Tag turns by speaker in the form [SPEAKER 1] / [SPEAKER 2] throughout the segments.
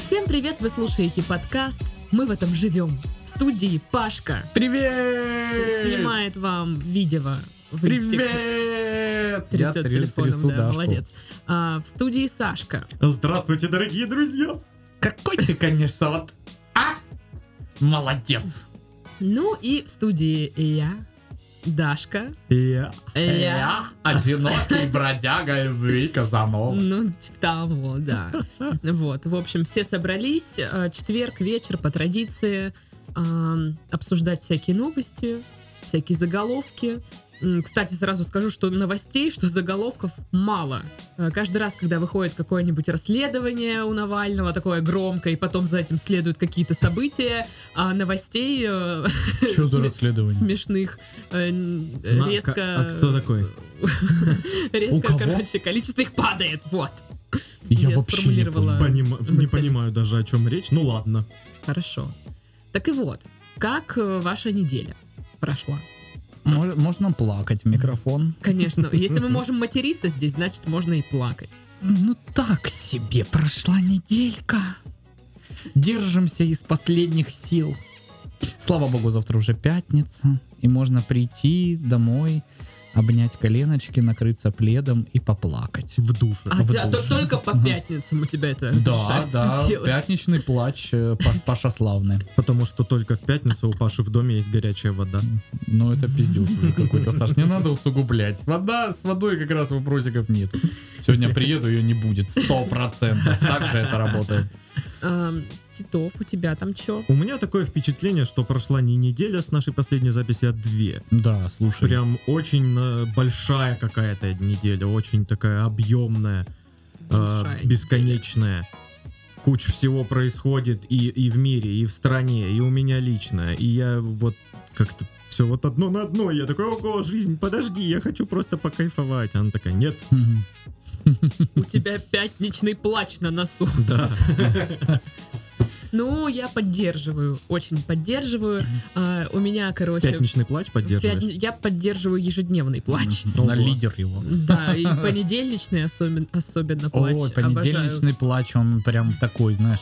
[SPEAKER 1] Всем привет, вы слушаете подкаст «Мы в этом живем». В студии Пашка
[SPEAKER 2] Привет!
[SPEAKER 1] снимает вам видео в инстик.
[SPEAKER 2] Привет!
[SPEAKER 1] Трясет
[SPEAKER 2] Я тря-
[SPEAKER 1] телефоном,
[SPEAKER 2] трясу
[SPEAKER 1] да,
[SPEAKER 2] Дашку.
[SPEAKER 1] молодец. А, в студии Сашка.
[SPEAKER 2] Здравствуйте, дорогие друзья! Какой ты, конечно, вот... А! Молодец!
[SPEAKER 1] Ну и в студии я, Дашка.
[SPEAKER 2] Я...
[SPEAKER 1] Я.
[SPEAKER 2] одинокий бродяга любви Казанова.
[SPEAKER 1] Ну, типа того, да. Вот, в общем, все собрались. а, Четверг вечер по традиции а, обсуждать всякие новости, всякие заголовки. М, Кстати, сразу скажу, что новостей, что заголовков мало. А, Каждый раз, когда выходит какое-нибудь расследование у Навального, такое громкое, и потом за этим следуют какие-то события, а новостей э,
[SPEAKER 2] Что за
[SPEAKER 1] сме-
[SPEAKER 2] расследование?
[SPEAKER 1] смешных э, н-
[SPEAKER 3] На-
[SPEAKER 1] резко...
[SPEAKER 3] а кто такой?
[SPEAKER 2] У
[SPEAKER 1] Резко,
[SPEAKER 2] кого?
[SPEAKER 1] короче, количество их падает, вот.
[SPEAKER 2] Я
[SPEAKER 1] я
[SPEAKER 2] вообще не
[SPEAKER 1] сформулировала.
[SPEAKER 2] помню.
[SPEAKER 3] Понима- Не
[SPEAKER 1] Мысль.
[SPEAKER 3] понимаю даже, о чем речь. Ну ладно.
[SPEAKER 1] Хорошо. Так и вот, как э, ваша неделя прошла?
[SPEAKER 2] Мож- Можно плакать в микрофон.
[SPEAKER 1] Конечно, если мы можем материться здесь, значит, можно и плакать.
[SPEAKER 2] Ну так себе прошла неделька. Держимся из последних сил. Слава богу, завтра уже пятница, и можно прийти домой, обнять коленочки, накрыться пледом и поплакать.
[SPEAKER 3] В душе.
[SPEAKER 1] А,
[SPEAKER 2] в
[SPEAKER 1] ты- а то
[SPEAKER 2] душе.
[SPEAKER 1] только по пятницам у тебя это
[SPEAKER 2] Да,
[SPEAKER 1] разрешается
[SPEAKER 2] да,
[SPEAKER 1] делать.
[SPEAKER 2] пятничный плач э, Па- Паша Славный.
[SPEAKER 3] Потому что только в пятницу у Паши в доме есть горячая вода.
[SPEAKER 2] Ну это пиздюк уже какой-то, Саш, не надо усугублять. Вода, с водой как раз вопросиков нет. Сегодня приеду, ее не будет, сто процентов. Так же это работает.
[SPEAKER 1] Ам, Титов, у тебя там чё?
[SPEAKER 3] У меня такое впечатление, что прошла не неделя с нашей последней записи, а две.
[SPEAKER 2] Да, слушай.
[SPEAKER 3] Прям очень э, большая какая-то неделя, очень такая объемная, э,
[SPEAKER 1] Большая
[SPEAKER 3] бесконечная. Куча всего происходит и, и в мире, и в стране, и у меня лично. И я вот как-то все вот одно на одно. Я такой, ого, жизнь, подожди, я хочу просто покайфовать. А Она такая, нет,
[SPEAKER 2] Мгм.
[SPEAKER 1] У тебя пятничный плач на носу.
[SPEAKER 3] да.
[SPEAKER 1] Ну, я поддерживаю, очень поддерживаю. А, У меня, короче...
[SPEAKER 3] Пятничный плач
[SPEAKER 1] пятни-
[SPEAKER 3] поддерживаешь?
[SPEAKER 1] Я поддерживаю ежедневный плач.
[SPEAKER 2] Она
[SPEAKER 3] Ого.
[SPEAKER 2] лидер его.
[SPEAKER 1] Да, и понедельничный особенно, особенно плач.
[SPEAKER 2] Ой,
[SPEAKER 1] Обожаю.
[SPEAKER 2] понедельничный плач, он прям такой, знаешь,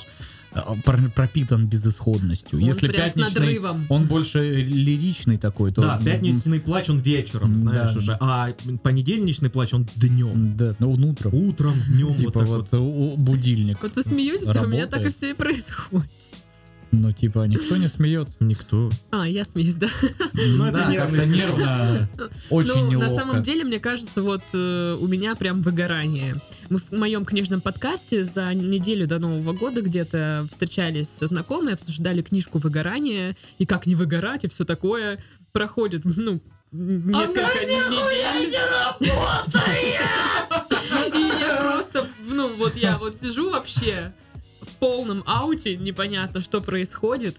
[SPEAKER 2] э, пр- пропитан безысходностью.
[SPEAKER 1] Он
[SPEAKER 2] Если
[SPEAKER 1] прям с
[SPEAKER 2] пятничный,
[SPEAKER 1] надрывом.
[SPEAKER 2] он больше лиричный такой, то...
[SPEAKER 3] Да, пятничный плач, он вечером,
[SPEAKER 2] М,
[SPEAKER 3] знаешь
[SPEAKER 2] да.
[SPEAKER 3] уже. А понедельничный плач, он днем.
[SPEAKER 2] Да, ну, он утром.
[SPEAKER 3] Утром, днем, вот
[SPEAKER 2] Типа
[SPEAKER 3] так
[SPEAKER 2] вот,
[SPEAKER 3] вот.
[SPEAKER 2] у- у- будильник.
[SPEAKER 1] Вот вы смеетесь, а у меня
[SPEAKER 2] Работает.
[SPEAKER 1] так и все и происходит.
[SPEAKER 2] Ну, типа, никто не смеется.
[SPEAKER 3] Никто.
[SPEAKER 1] А, я смеюсь, да.
[SPEAKER 3] Ну, это
[SPEAKER 2] Да,
[SPEAKER 3] нервный
[SPEAKER 2] как-то
[SPEAKER 3] смех.
[SPEAKER 2] нервно. Очень
[SPEAKER 1] ну,
[SPEAKER 2] неловко.
[SPEAKER 1] на самом деле, мне кажется, вот э, у меня прям выгорание. Мы в моем книжном подкасте за неделю до Нового года где-то встречались со знакомой, обсуждали книжку «Выгорание» и как не выгорать, и все такое. Проходит, ну, несколько недель. И я просто, ну, вот я вот сижу вообще в полном ауте, непонятно, что происходит.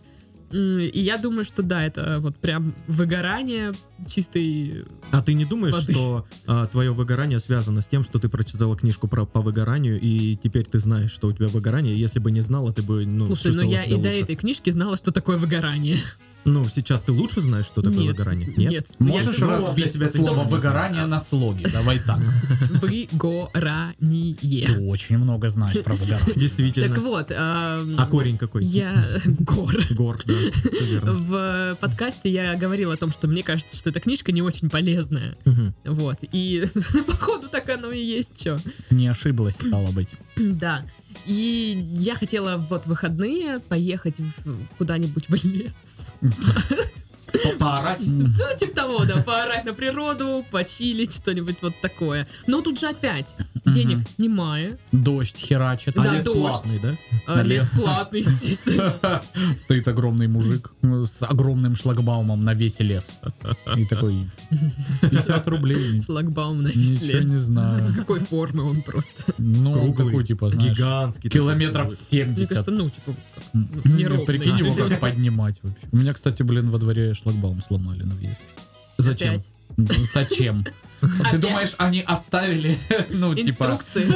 [SPEAKER 1] М, И я думаю, что да, это вот прям выгорание чистый...
[SPEAKER 3] А ты не думаешь,
[SPEAKER 1] Воды.
[SPEAKER 3] что твое выгорание связано с тем, что ты прочитала книжку про, по выгоранию, и теперь ты знаешь, что у тебя выгорание. Если бы не знала, ты бы ну,
[SPEAKER 1] Слушай, ну
[SPEAKER 3] чувствовала
[SPEAKER 1] я
[SPEAKER 3] себя
[SPEAKER 1] и до
[SPEAKER 3] лучше.
[SPEAKER 1] этой книжки знала, что такое выгорание.
[SPEAKER 3] Ну, сейчас ты лучше знаешь, что такое
[SPEAKER 1] Нет,
[SPEAKER 3] выгорание?
[SPEAKER 1] Нет.
[SPEAKER 2] Можешь
[SPEAKER 3] Ну,
[SPEAKER 1] Я-
[SPEAKER 3] раз- для
[SPEAKER 2] разбить
[SPEAKER 3] тебя это
[SPEAKER 2] слово
[SPEAKER 3] нормально.
[SPEAKER 2] «выгорание» на слоги? Давай так.
[SPEAKER 1] Выгорание.
[SPEAKER 2] Ты очень много знаешь про выгорание.
[SPEAKER 3] Действительно.
[SPEAKER 1] Так вот, эм,
[SPEAKER 3] А корень какой?
[SPEAKER 1] я... Гор.
[SPEAKER 3] Гор, да, всё верно.
[SPEAKER 1] В подкасте я говорила о том, что мне кажется, что эта книжка не очень полезная.
[SPEAKER 3] Мгм.
[SPEAKER 1] Вот. И походу так оно и есть, что.
[SPEAKER 2] Не ошиблась, стало быть.
[SPEAKER 1] Да. И я хотела вот в выходные поехать в- куда-нибудь в лес.
[SPEAKER 3] Поорать?
[SPEAKER 2] М,
[SPEAKER 1] Ну, типа того, да, поорать на природу, почилить, что-нибудь вот такое. Но тут же опять денег немає,
[SPEAKER 2] Дождь херачит.
[SPEAKER 1] Да,
[SPEAKER 3] А лес
[SPEAKER 1] дождь.
[SPEAKER 3] платный, да?
[SPEAKER 1] а лес
[SPEAKER 2] Лес.
[SPEAKER 1] платный, естественно.
[SPEAKER 2] Стоит огромный мужик ну, с огромным шлагбаумом на весь лес. И такой, 50 рублей.
[SPEAKER 1] Шлагбаум на весь
[SPEAKER 2] Ничего не
[SPEAKER 1] лес.
[SPEAKER 2] знаю.
[SPEAKER 1] Какой формы он просто.
[SPEAKER 2] Ну, он
[SPEAKER 3] Круглый,
[SPEAKER 2] такой, типа, знаешь,
[SPEAKER 3] Гигантский.
[SPEAKER 2] километров
[SPEAKER 1] Мне
[SPEAKER 2] 70.
[SPEAKER 1] кажется, ну, типа,
[SPEAKER 2] М,
[SPEAKER 1] неровный.
[SPEAKER 2] Прикинь его как поднимать вообще. У меня, кстати, блин, во дворе шлагбаум сломали на въезд.
[SPEAKER 3] Зачем?
[SPEAKER 1] опять.
[SPEAKER 2] Да Зачем? Ты
[SPEAKER 1] Опять.
[SPEAKER 2] думаешь, они оставили, ну, типа,
[SPEAKER 1] Инструкции.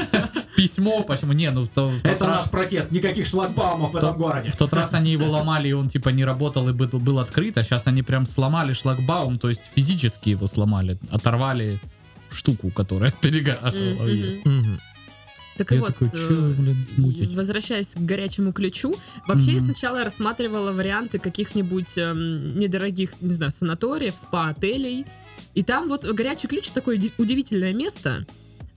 [SPEAKER 2] письмо, почему? Не, ну, то- в тот
[SPEAKER 4] Это
[SPEAKER 2] раз...
[SPEAKER 4] наш протест, никаких шлагбаумов в этом городе.
[SPEAKER 2] В тот раз они его ломали, и он типа не работал и был, был открыт, а сейчас они прям сломали шлагбаум, то есть физически его сломали, оторвали штуку, которая перегораживала
[SPEAKER 1] М,
[SPEAKER 2] въезд.
[SPEAKER 1] мгм.
[SPEAKER 3] Мгм.
[SPEAKER 1] Так
[SPEAKER 2] Я
[SPEAKER 1] вот,
[SPEAKER 2] такой,
[SPEAKER 1] э,
[SPEAKER 2] чё, блин, мутить?
[SPEAKER 1] возвращаясь к горячему ключу, вообще я
[SPEAKER 2] Мгм.
[SPEAKER 1] сначала рассматривала варианты каких-нибудь эм, недорогих, не знаю, санаториев, спа-отелей. И там вот горячий ключ такое ди- удивительное место.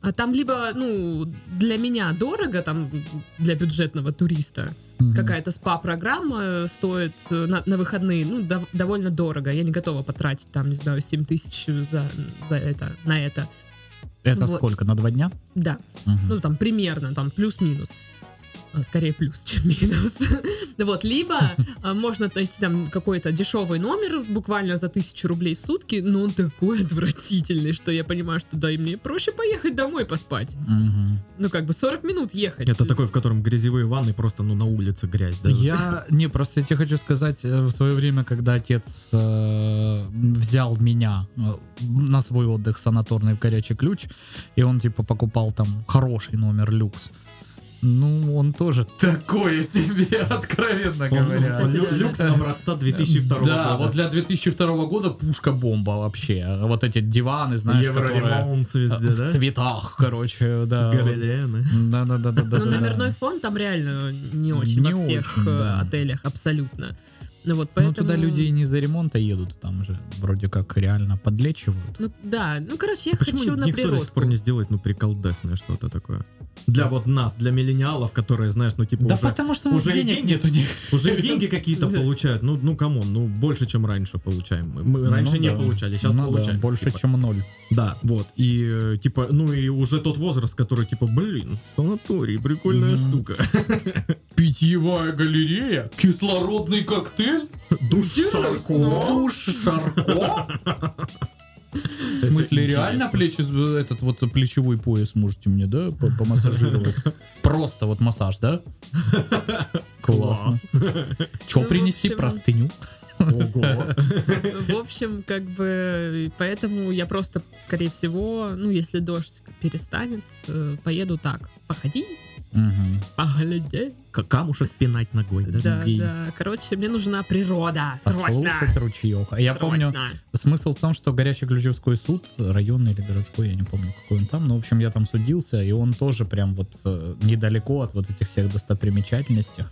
[SPEAKER 1] А там либо, ну, для меня дорого, там, для бюджетного туриста,
[SPEAKER 2] Мгм.
[SPEAKER 1] какая-то спа-программа э, стоит э, на, на выходные, ну, дов- довольно дорого. Я не готова потратить, там, не знаю, 7 тысяч за, за это, на это.
[SPEAKER 2] Это
[SPEAKER 1] вот.
[SPEAKER 2] сколько? На два дня?
[SPEAKER 1] Да.
[SPEAKER 2] Мгм.
[SPEAKER 1] Ну, там примерно, там плюс-минус. А, Скорее плюс, чем минус. Вот, либо а, можно найти там какой-то дешевый номер буквально за тысячу рублей в сутки, но он такой отвратительный, что я понимаю, что да, и мне проще поехать домой поспать.
[SPEAKER 2] Мгм.
[SPEAKER 1] Ну, как бы 40 минут ехать.
[SPEAKER 3] Это такой, в котором грязевые ванны просто ну на улице грязь. Да?
[SPEAKER 2] Я не просто я тебе хочу сказать, э, в свое время, когда отец э, взял меня э, на свой отдых санаторный в горячий ключ, и он типа покупал там хороший номер люкс. Ну, он тоже такое себе, откровенно
[SPEAKER 3] Он, ну,
[SPEAKER 2] говоря.
[SPEAKER 1] кстати,
[SPEAKER 3] лю-
[SPEAKER 1] да.
[SPEAKER 3] люкс образца 2002
[SPEAKER 2] да,
[SPEAKER 3] года.
[SPEAKER 2] вот для 2002 года пушка-бомба вообще. Вот эти диваны, знаешь, которые
[SPEAKER 3] Евроремонт
[SPEAKER 2] э,
[SPEAKER 3] везде,
[SPEAKER 2] в а,
[SPEAKER 3] да?
[SPEAKER 2] цветах, короче, да.
[SPEAKER 3] Гобелены.
[SPEAKER 2] Да-да-да-да-да.
[SPEAKER 1] Ну, номерной фонд там реально не очень
[SPEAKER 2] Не
[SPEAKER 1] во всех
[SPEAKER 2] очень,
[SPEAKER 1] э,
[SPEAKER 2] да.
[SPEAKER 1] отелях, абсолютно. Ну, вот
[SPEAKER 2] Ну,
[SPEAKER 1] поэтому...
[SPEAKER 2] туда люди и не за ремонта едут, там же вроде как реально подлечивают.
[SPEAKER 1] Ну, да, ну, короче, я
[SPEAKER 3] А Почему
[SPEAKER 1] хочу на
[SPEAKER 3] никто до сих
[SPEAKER 1] природу.
[SPEAKER 3] пор не сделает, ну, приколдасное что-то такое? Для вот нас, для миллениалов, которые, знаешь, ну, типа,
[SPEAKER 2] Да
[SPEAKER 3] уже,
[SPEAKER 2] потому что
[SPEAKER 3] уже
[SPEAKER 2] денег
[SPEAKER 3] денег-
[SPEAKER 2] нет у них.
[SPEAKER 3] уже деньги какие-то
[SPEAKER 1] Да.
[SPEAKER 3] получают. Ну, ну, камон, ну, больше, чем раньше получаем. Мы, мы раньше
[SPEAKER 2] Ну
[SPEAKER 3] не
[SPEAKER 2] да.
[SPEAKER 3] получали, сейчас
[SPEAKER 2] Ну да,
[SPEAKER 3] получаем.
[SPEAKER 2] больше,
[SPEAKER 3] типа.
[SPEAKER 2] чем ноль.
[SPEAKER 3] Да, вот. И, э, типа, ну, и уже тот возраст, который, типа, блин, санаторий, прикольная
[SPEAKER 2] Мгм.
[SPEAKER 3] штука.
[SPEAKER 2] Питьевая галерея? Кислородный коктейль?
[SPEAKER 3] Душ Сарко.
[SPEAKER 2] Душ Шарко? В смысле,
[SPEAKER 3] Это
[SPEAKER 2] реально
[SPEAKER 3] интересно.
[SPEAKER 2] плечи, с- этот вот плечевой пояс можете мне, да, по- помассажировать? Просто вот массаж, да? Классно.
[SPEAKER 3] Класс.
[SPEAKER 2] Че
[SPEAKER 1] Ну, в
[SPEAKER 2] принести
[SPEAKER 1] общем,
[SPEAKER 2] простыню?
[SPEAKER 3] Ого.
[SPEAKER 1] В общем, как бы, поэтому я просто, скорее всего, ну, если дождь перестанет, э, поеду так. Походи,
[SPEAKER 2] Мгм.
[SPEAKER 1] погляди.
[SPEAKER 3] К- Камушек пинать ногой.
[SPEAKER 1] Да,
[SPEAKER 2] Гей.
[SPEAKER 1] да. Короче, мне нужна природа. Срочно.
[SPEAKER 2] Послушать ручеек. А я помню,
[SPEAKER 1] Срочно.
[SPEAKER 2] Смысл в том, что горячий ключевской суд, районный или городской, я не помню, какой он там, но, в общем, я там судился, и он тоже прям вот э, недалеко от вот этих всех достопримечательностей.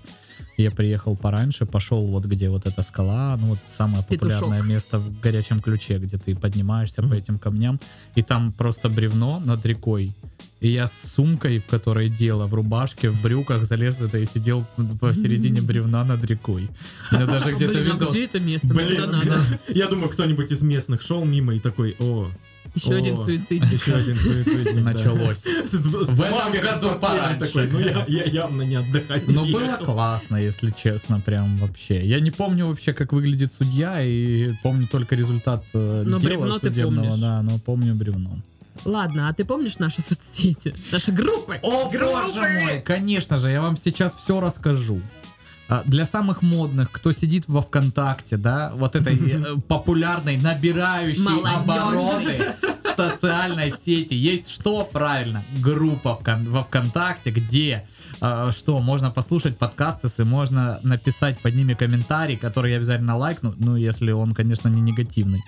[SPEAKER 2] Я приехал пораньше, пошел вот где вот эта скала, ну вот самое популярное
[SPEAKER 1] Петушок.
[SPEAKER 2] место в горячем ключе, где ты поднимаешься по
[SPEAKER 3] Мгм.
[SPEAKER 2] этим камням, и там просто бревно над рекой. И я с сумкой, в которой дело, в рубашке, в брюках залез это и сидел посередине бревна над рекой. Я даже
[SPEAKER 1] А,
[SPEAKER 2] где-то
[SPEAKER 1] блин, а
[SPEAKER 2] видос
[SPEAKER 1] где это место? Мне
[SPEAKER 3] Блин,
[SPEAKER 1] туда надо.
[SPEAKER 3] я думаю, кто-нибудь из местных шел мимо и такой, о,
[SPEAKER 1] Еще
[SPEAKER 3] О.
[SPEAKER 1] один суицид.
[SPEAKER 3] еще один суицидник. да».
[SPEAKER 2] началось.
[SPEAKER 3] С- с- с
[SPEAKER 2] В этом
[SPEAKER 3] бумагой
[SPEAKER 2] году
[SPEAKER 3] распортили
[SPEAKER 2] пораньше.
[SPEAKER 3] такой, Ну, я, я явно не отдыхать. не
[SPEAKER 2] Но Ну, было
[SPEAKER 3] ехал».
[SPEAKER 2] классно, если честно, прям вообще. Я не помню вообще, как выглядит судья, и помню только результат э,
[SPEAKER 1] Но Ну,
[SPEAKER 2] дела
[SPEAKER 1] бревно ты
[SPEAKER 2] судебного,
[SPEAKER 1] помнишь.
[SPEAKER 2] да, но помню бревно.
[SPEAKER 1] Ладно, а ты помнишь наши соцсети? Наши группы?
[SPEAKER 2] О, боже мой! Конечно же, я вам сейчас все расскажу. А, Для самых модных, кто сидит во ВКонтакте, да, вот этой э, популярной, набирающей
[SPEAKER 1] Молодежной.
[SPEAKER 2] обороты социальной сети, есть что правильно? Группа вкон- во ВКонтакте, где э, что, можно послушать подкасты, можно написать под ними комментарий, который я обязательно лайкну, ну, если он, конечно, не негативный.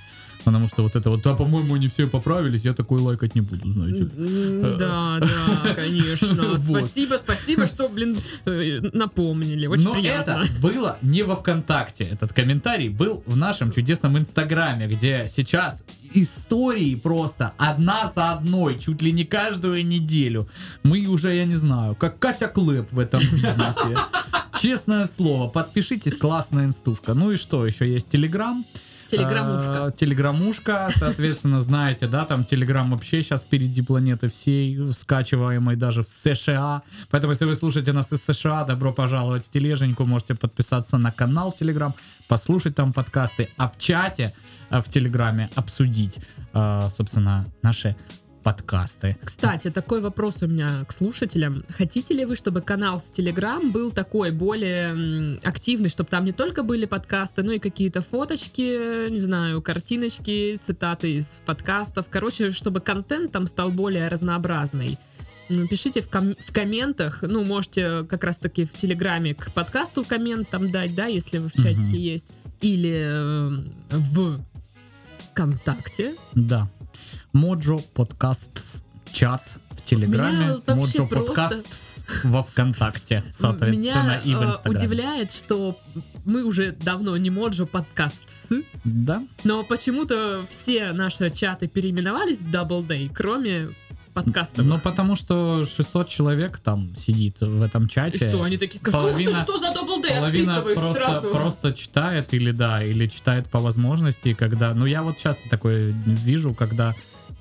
[SPEAKER 2] Потому что вот это вот, да, по-моему, не все поправились, я такой лайкать не буду, знаете. ли».
[SPEAKER 1] М, Да, да, конечно.
[SPEAKER 2] Э, Вот.
[SPEAKER 1] Спасибо, спасибо, что, блин, э, напомнили. Очень
[SPEAKER 2] Но
[SPEAKER 1] приятно.
[SPEAKER 2] это было не во ВКонтакте. Этот комментарий был в нашем чудесном Инстаграме, где сейчас истории просто одна за одной, чуть ли не каждую неделю. Мы уже, я не знаю, как Катя Клэп в этом бизнесе. Честное слово, подпишитесь, классная инстушка. Ну и что, еще есть Телеграм.
[SPEAKER 1] Телеграммушка.
[SPEAKER 2] А, Телеграмушка, соответственно, знаете, да, там Телеграм вообще сейчас впереди планеты всей, скачиваемой даже в США. Поэтому, если вы слушаете нас из США, добро пожаловать в Тележеньку, можете подписаться на канал Телеграм, послушать там подкасты, а в чате, а в Телеграме обсудить, а, собственно, наши подкасты.
[SPEAKER 1] Кстати, такой вопрос у меня к слушателям. Хотите ли вы, чтобы канал в Телеграм был такой более м, активный, чтобы там не только были подкасты, но и какие-то фоточки, не знаю, картиночки, цитаты из подкастов. Короче, чтобы контент там стал более разнообразный. М, Пишите в, ком- в комментах, ну, можете как раз-таки в Телеграме к подкасту коммент там дать, да, если вы в чатике
[SPEAKER 2] Мгм.
[SPEAKER 1] есть, или э, в ВКонтакте.
[SPEAKER 2] Да. Моджо подкаст чат в Телеграме,
[SPEAKER 1] вот вообще
[SPEAKER 2] Моджо
[SPEAKER 1] просто-
[SPEAKER 2] Подкаст во Вконтакте, соответственно,
[SPEAKER 1] Меня
[SPEAKER 2] и в
[SPEAKER 1] э,
[SPEAKER 2] Инстаграме.
[SPEAKER 1] удивляет, что мы уже давно не Моджо подкаст с,
[SPEAKER 2] Да,
[SPEAKER 1] но почему-то все наши чаты переименовались в Double Day, кроме подкастов.
[SPEAKER 2] ну потому что 600 человек там сидит в этом
[SPEAKER 1] И
[SPEAKER 2] чате.
[SPEAKER 1] что, они такие скажут,
[SPEAKER 2] половина-
[SPEAKER 1] ух ты, что за Double Day,
[SPEAKER 2] Половина
[SPEAKER 1] отписываюсь
[SPEAKER 2] просто,
[SPEAKER 1] сразу.
[SPEAKER 2] просто читает или да, или читает по возможности, когда... Ну, я вот часто такое вижу, когда...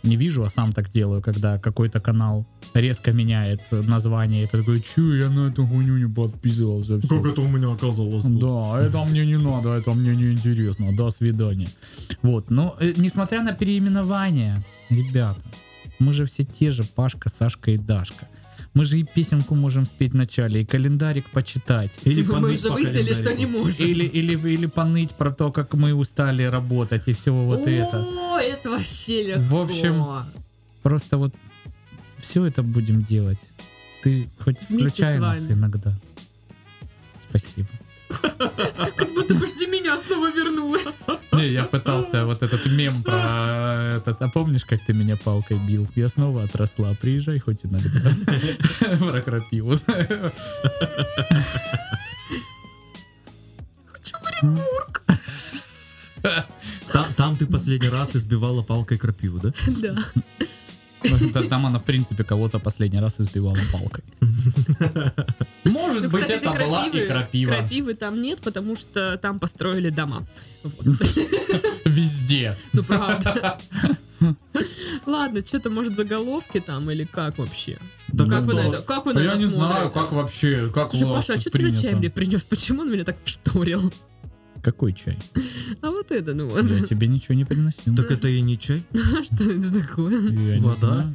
[SPEAKER 2] Не вижу, а сам так делаю, когда какой-то канал резко меняет название. И ты такой, чё, я на эту хуйню не подписывался. вообще».
[SPEAKER 3] Как это у меня оказалось? тут?
[SPEAKER 2] Да, а это мне не надо, это мне не интересно. До свидания. Вот, но э, несмотря на переименование, ребята, мы же все те же Пашка, Сашка и Дашка. Мы же и песенку можем спеть в начале, и календарик почитать.
[SPEAKER 3] Или
[SPEAKER 1] Мы
[SPEAKER 3] поныть
[SPEAKER 1] уже
[SPEAKER 3] по
[SPEAKER 1] выяснили, что не
[SPEAKER 3] календарику.
[SPEAKER 1] можем.
[SPEAKER 2] Или, или, или поныть про то, как мы устали работать и всего вот
[SPEAKER 1] О,
[SPEAKER 2] это.
[SPEAKER 1] это вообще легко.
[SPEAKER 2] В общем, Просто вот все это будем делать. Ты хоть
[SPEAKER 1] Вместе
[SPEAKER 2] включай
[SPEAKER 1] с
[SPEAKER 2] нас
[SPEAKER 1] вами.
[SPEAKER 2] иногда. Спасибо.
[SPEAKER 1] Как будто бы жди меня снова вернулась.
[SPEAKER 2] Не, я пытался вот этот мем про этот. А помнишь, как ты меня палкой бил? Я снова отросла. Приезжай хоть иногда. Про крапиву.
[SPEAKER 1] Хочу в Оренбург.
[SPEAKER 3] Там, там ты последний раз избивала палкой крапиву, да?
[SPEAKER 2] Хм.
[SPEAKER 1] Да.
[SPEAKER 2] Да, Там она, в принципе, кого-то последний раз избивала палкой. Может
[SPEAKER 1] Ну,
[SPEAKER 2] быть,
[SPEAKER 1] кстати,
[SPEAKER 2] это
[SPEAKER 1] этой
[SPEAKER 2] была и крапива.
[SPEAKER 1] Крапивы там нет, потому что там построили дома.
[SPEAKER 2] Везде.
[SPEAKER 1] Ну, правда. Ладно, что-то, может, заголовки там или как вообще?
[SPEAKER 2] Да
[SPEAKER 1] как,
[SPEAKER 2] ну
[SPEAKER 1] вы на
[SPEAKER 2] да.
[SPEAKER 1] это, как вы на
[SPEAKER 2] Я
[SPEAKER 1] это
[SPEAKER 2] не
[SPEAKER 1] смотрите?
[SPEAKER 2] знаю, как вообще, как
[SPEAKER 1] Слушай,
[SPEAKER 2] у вас
[SPEAKER 1] Паша, а
[SPEAKER 2] тут
[SPEAKER 1] что ты за чай
[SPEAKER 2] принято.
[SPEAKER 1] мне принес? Почему он меня так вшторил?
[SPEAKER 2] Какой чай?
[SPEAKER 1] А вот это, ну вот.
[SPEAKER 2] Я тебе ничего не приносил.
[SPEAKER 3] Так это и не чай.
[SPEAKER 1] А что это такое?
[SPEAKER 2] Я не
[SPEAKER 3] вода.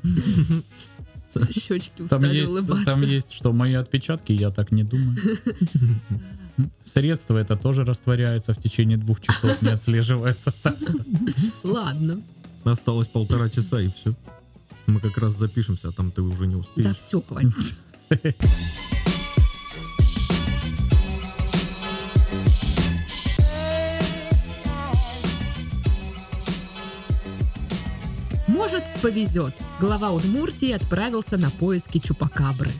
[SPEAKER 2] знаю.
[SPEAKER 1] Щечки
[SPEAKER 2] Там
[SPEAKER 1] устали
[SPEAKER 2] есть, там
[SPEAKER 1] улыбаться.
[SPEAKER 2] есть, что мои отпечатки, я так не думаю. Средство это тоже растворяется в течение двух часов, не отслеживается.
[SPEAKER 1] Ладно.
[SPEAKER 3] Осталось полтора часа и все. Мы как раз запишемся, а там ты уже не
[SPEAKER 1] Да
[SPEAKER 3] успеешь.
[SPEAKER 1] все, хватит. Может, повезет. Глава Удмуртии отправился на поиски Чупакабры.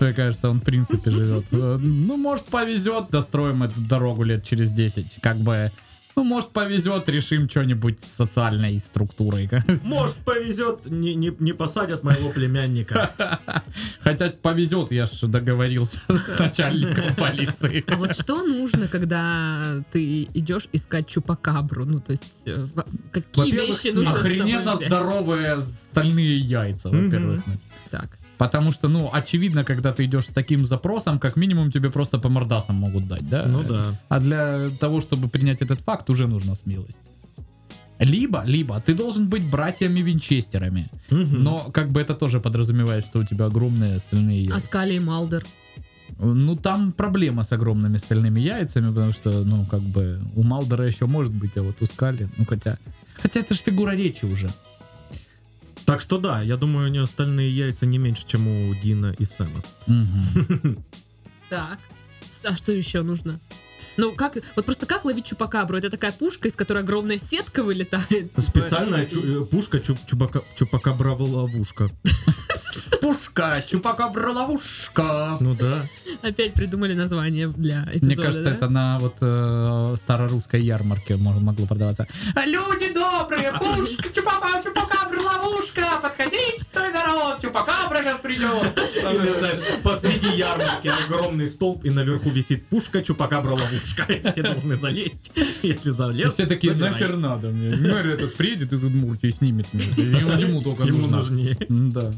[SPEAKER 2] Мне кажется, он в принципе живет. Э, Ну, может, повезет, достроим эту дорогу лет через 10. Как бы, ну, может, повезет, решим что-нибудь с социальной структурой.
[SPEAKER 3] Может, повезет, не, не, не посадят моего племянника.
[SPEAKER 2] Хотя повезет, я же договорился с начальником полиции.
[SPEAKER 1] А вот что нужно, когда ты идешь искать Чупакабру? Ну, то есть, э, во- какие
[SPEAKER 3] Во-первых,
[SPEAKER 1] вещи нужно с собой
[SPEAKER 2] Охрененно
[SPEAKER 1] взять?
[SPEAKER 2] здоровые стальные яйца, во-первых.
[SPEAKER 1] Так.
[SPEAKER 2] Потому что, ну, очевидно, когда ты идешь с таким запросом, как минимум тебе просто по мордасам могут дать, да?
[SPEAKER 3] Ну да.
[SPEAKER 2] А для того, чтобы принять этот факт, уже нужна смелость. Либо, либо ты должен быть братьями Винчестерами.
[SPEAKER 3] Мгм.
[SPEAKER 2] Но как бы это тоже подразумевает, что у тебя огромные
[SPEAKER 1] А
[SPEAKER 2] стальные яйца.
[SPEAKER 1] Аскалий Малдер.
[SPEAKER 2] Ну там проблема с огромными стальными яйцами, потому что, ну, как бы у Малдора еще может быть, а вот у Скали, ну хотя... Хотя это же фигура речи уже.
[SPEAKER 3] Так что да, я думаю, у нее остальные яйца не меньше, чем у Дина и Сэма.
[SPEAKER 2] Мгм.
[SPEAKER 1] Так. С- А что еще нужно? Ну, как, вот просто как ловить чупакабру? Это такая пушка, из которой огромная сетка вылетает.
[SPEAKER 2] Ну,
[SPEAKER 3] Ну,
[SPEAKER 1] типа.
[SPEAKER 3] Специальная чу- э, пушка чу- чубака- чупакабра-ловушка.
[SPEAKER 2] Пушка, чупакабра-ловушка.
[SPEAKER 3] Ну да.
[SPEAKER 1] Опять придумали название для эпизода.
[SPEAKER 2] Мне кажется,
[SPEAKER 1] да?
[SPEAKER 2] это на вот э, старорусской ярмарке мож- могло продаваться. Люди добрые, пушка, чупака, чупакабра, ловушка, подходите, стой народ, чупакабра сейчас придет.
[SPEAKER 3] И ты знаешь, посреди ярмарки огромный столб, и наверху висит пушка чупакабра-ловушка. И Все должны залезть. Если
[SPEAKER 2] И
[SPEAKER 3] залез,
[SPEAKER 2] все такие,
[SPEAKER 3] выбирай.
[SPEAKER 2] нахер надо мне. Мэр этот приедет из Удмуртии и снимет меня. Ему, ему только
[SPEAKER 3] Ему
[SPEAKER 2] нужно.
[SPEAKER 3] нужнее.
[SPEAKER 2] Да.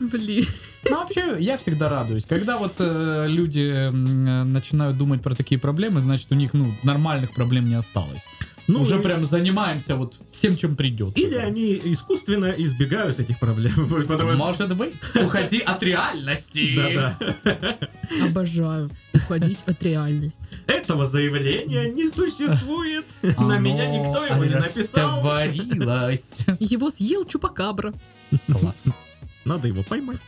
[SPEAKER 1] Блин.
[SPEAKER 2] Ну, вообще, я всегда радуюсь. Когда вот э, люди м, э, начинают думать про такие проблемы, значит, у них, ну, нормальных проблем не осталось.
[SPEAKER 3] Ну,
[SPEAKER 2] Уже
[SPEAKER 3] и-
[SPEAKER 2] прям занимаемся вот всем, чем придет.
[SPEAKER 3] Или они искусственно избегают этих проблем. потому что-
[SPEAKER 2] Может быть. Уходи от реальности.
[SPEAKER 3] Да-да.
[SPEAKER 1] Обожаю уходить от реальности.
[SPEAKER 3] Этого заявления не существует.
[SPEAKER 2] Оно
[SPEAKER 3] На меня никто его не написал.
[SPEAKER 2] растворилось.
[SPEAKER 1] Его съел чупакабра.
[SPEAKER 2] Класс.
[SPEAKER 3] Надо его поймать.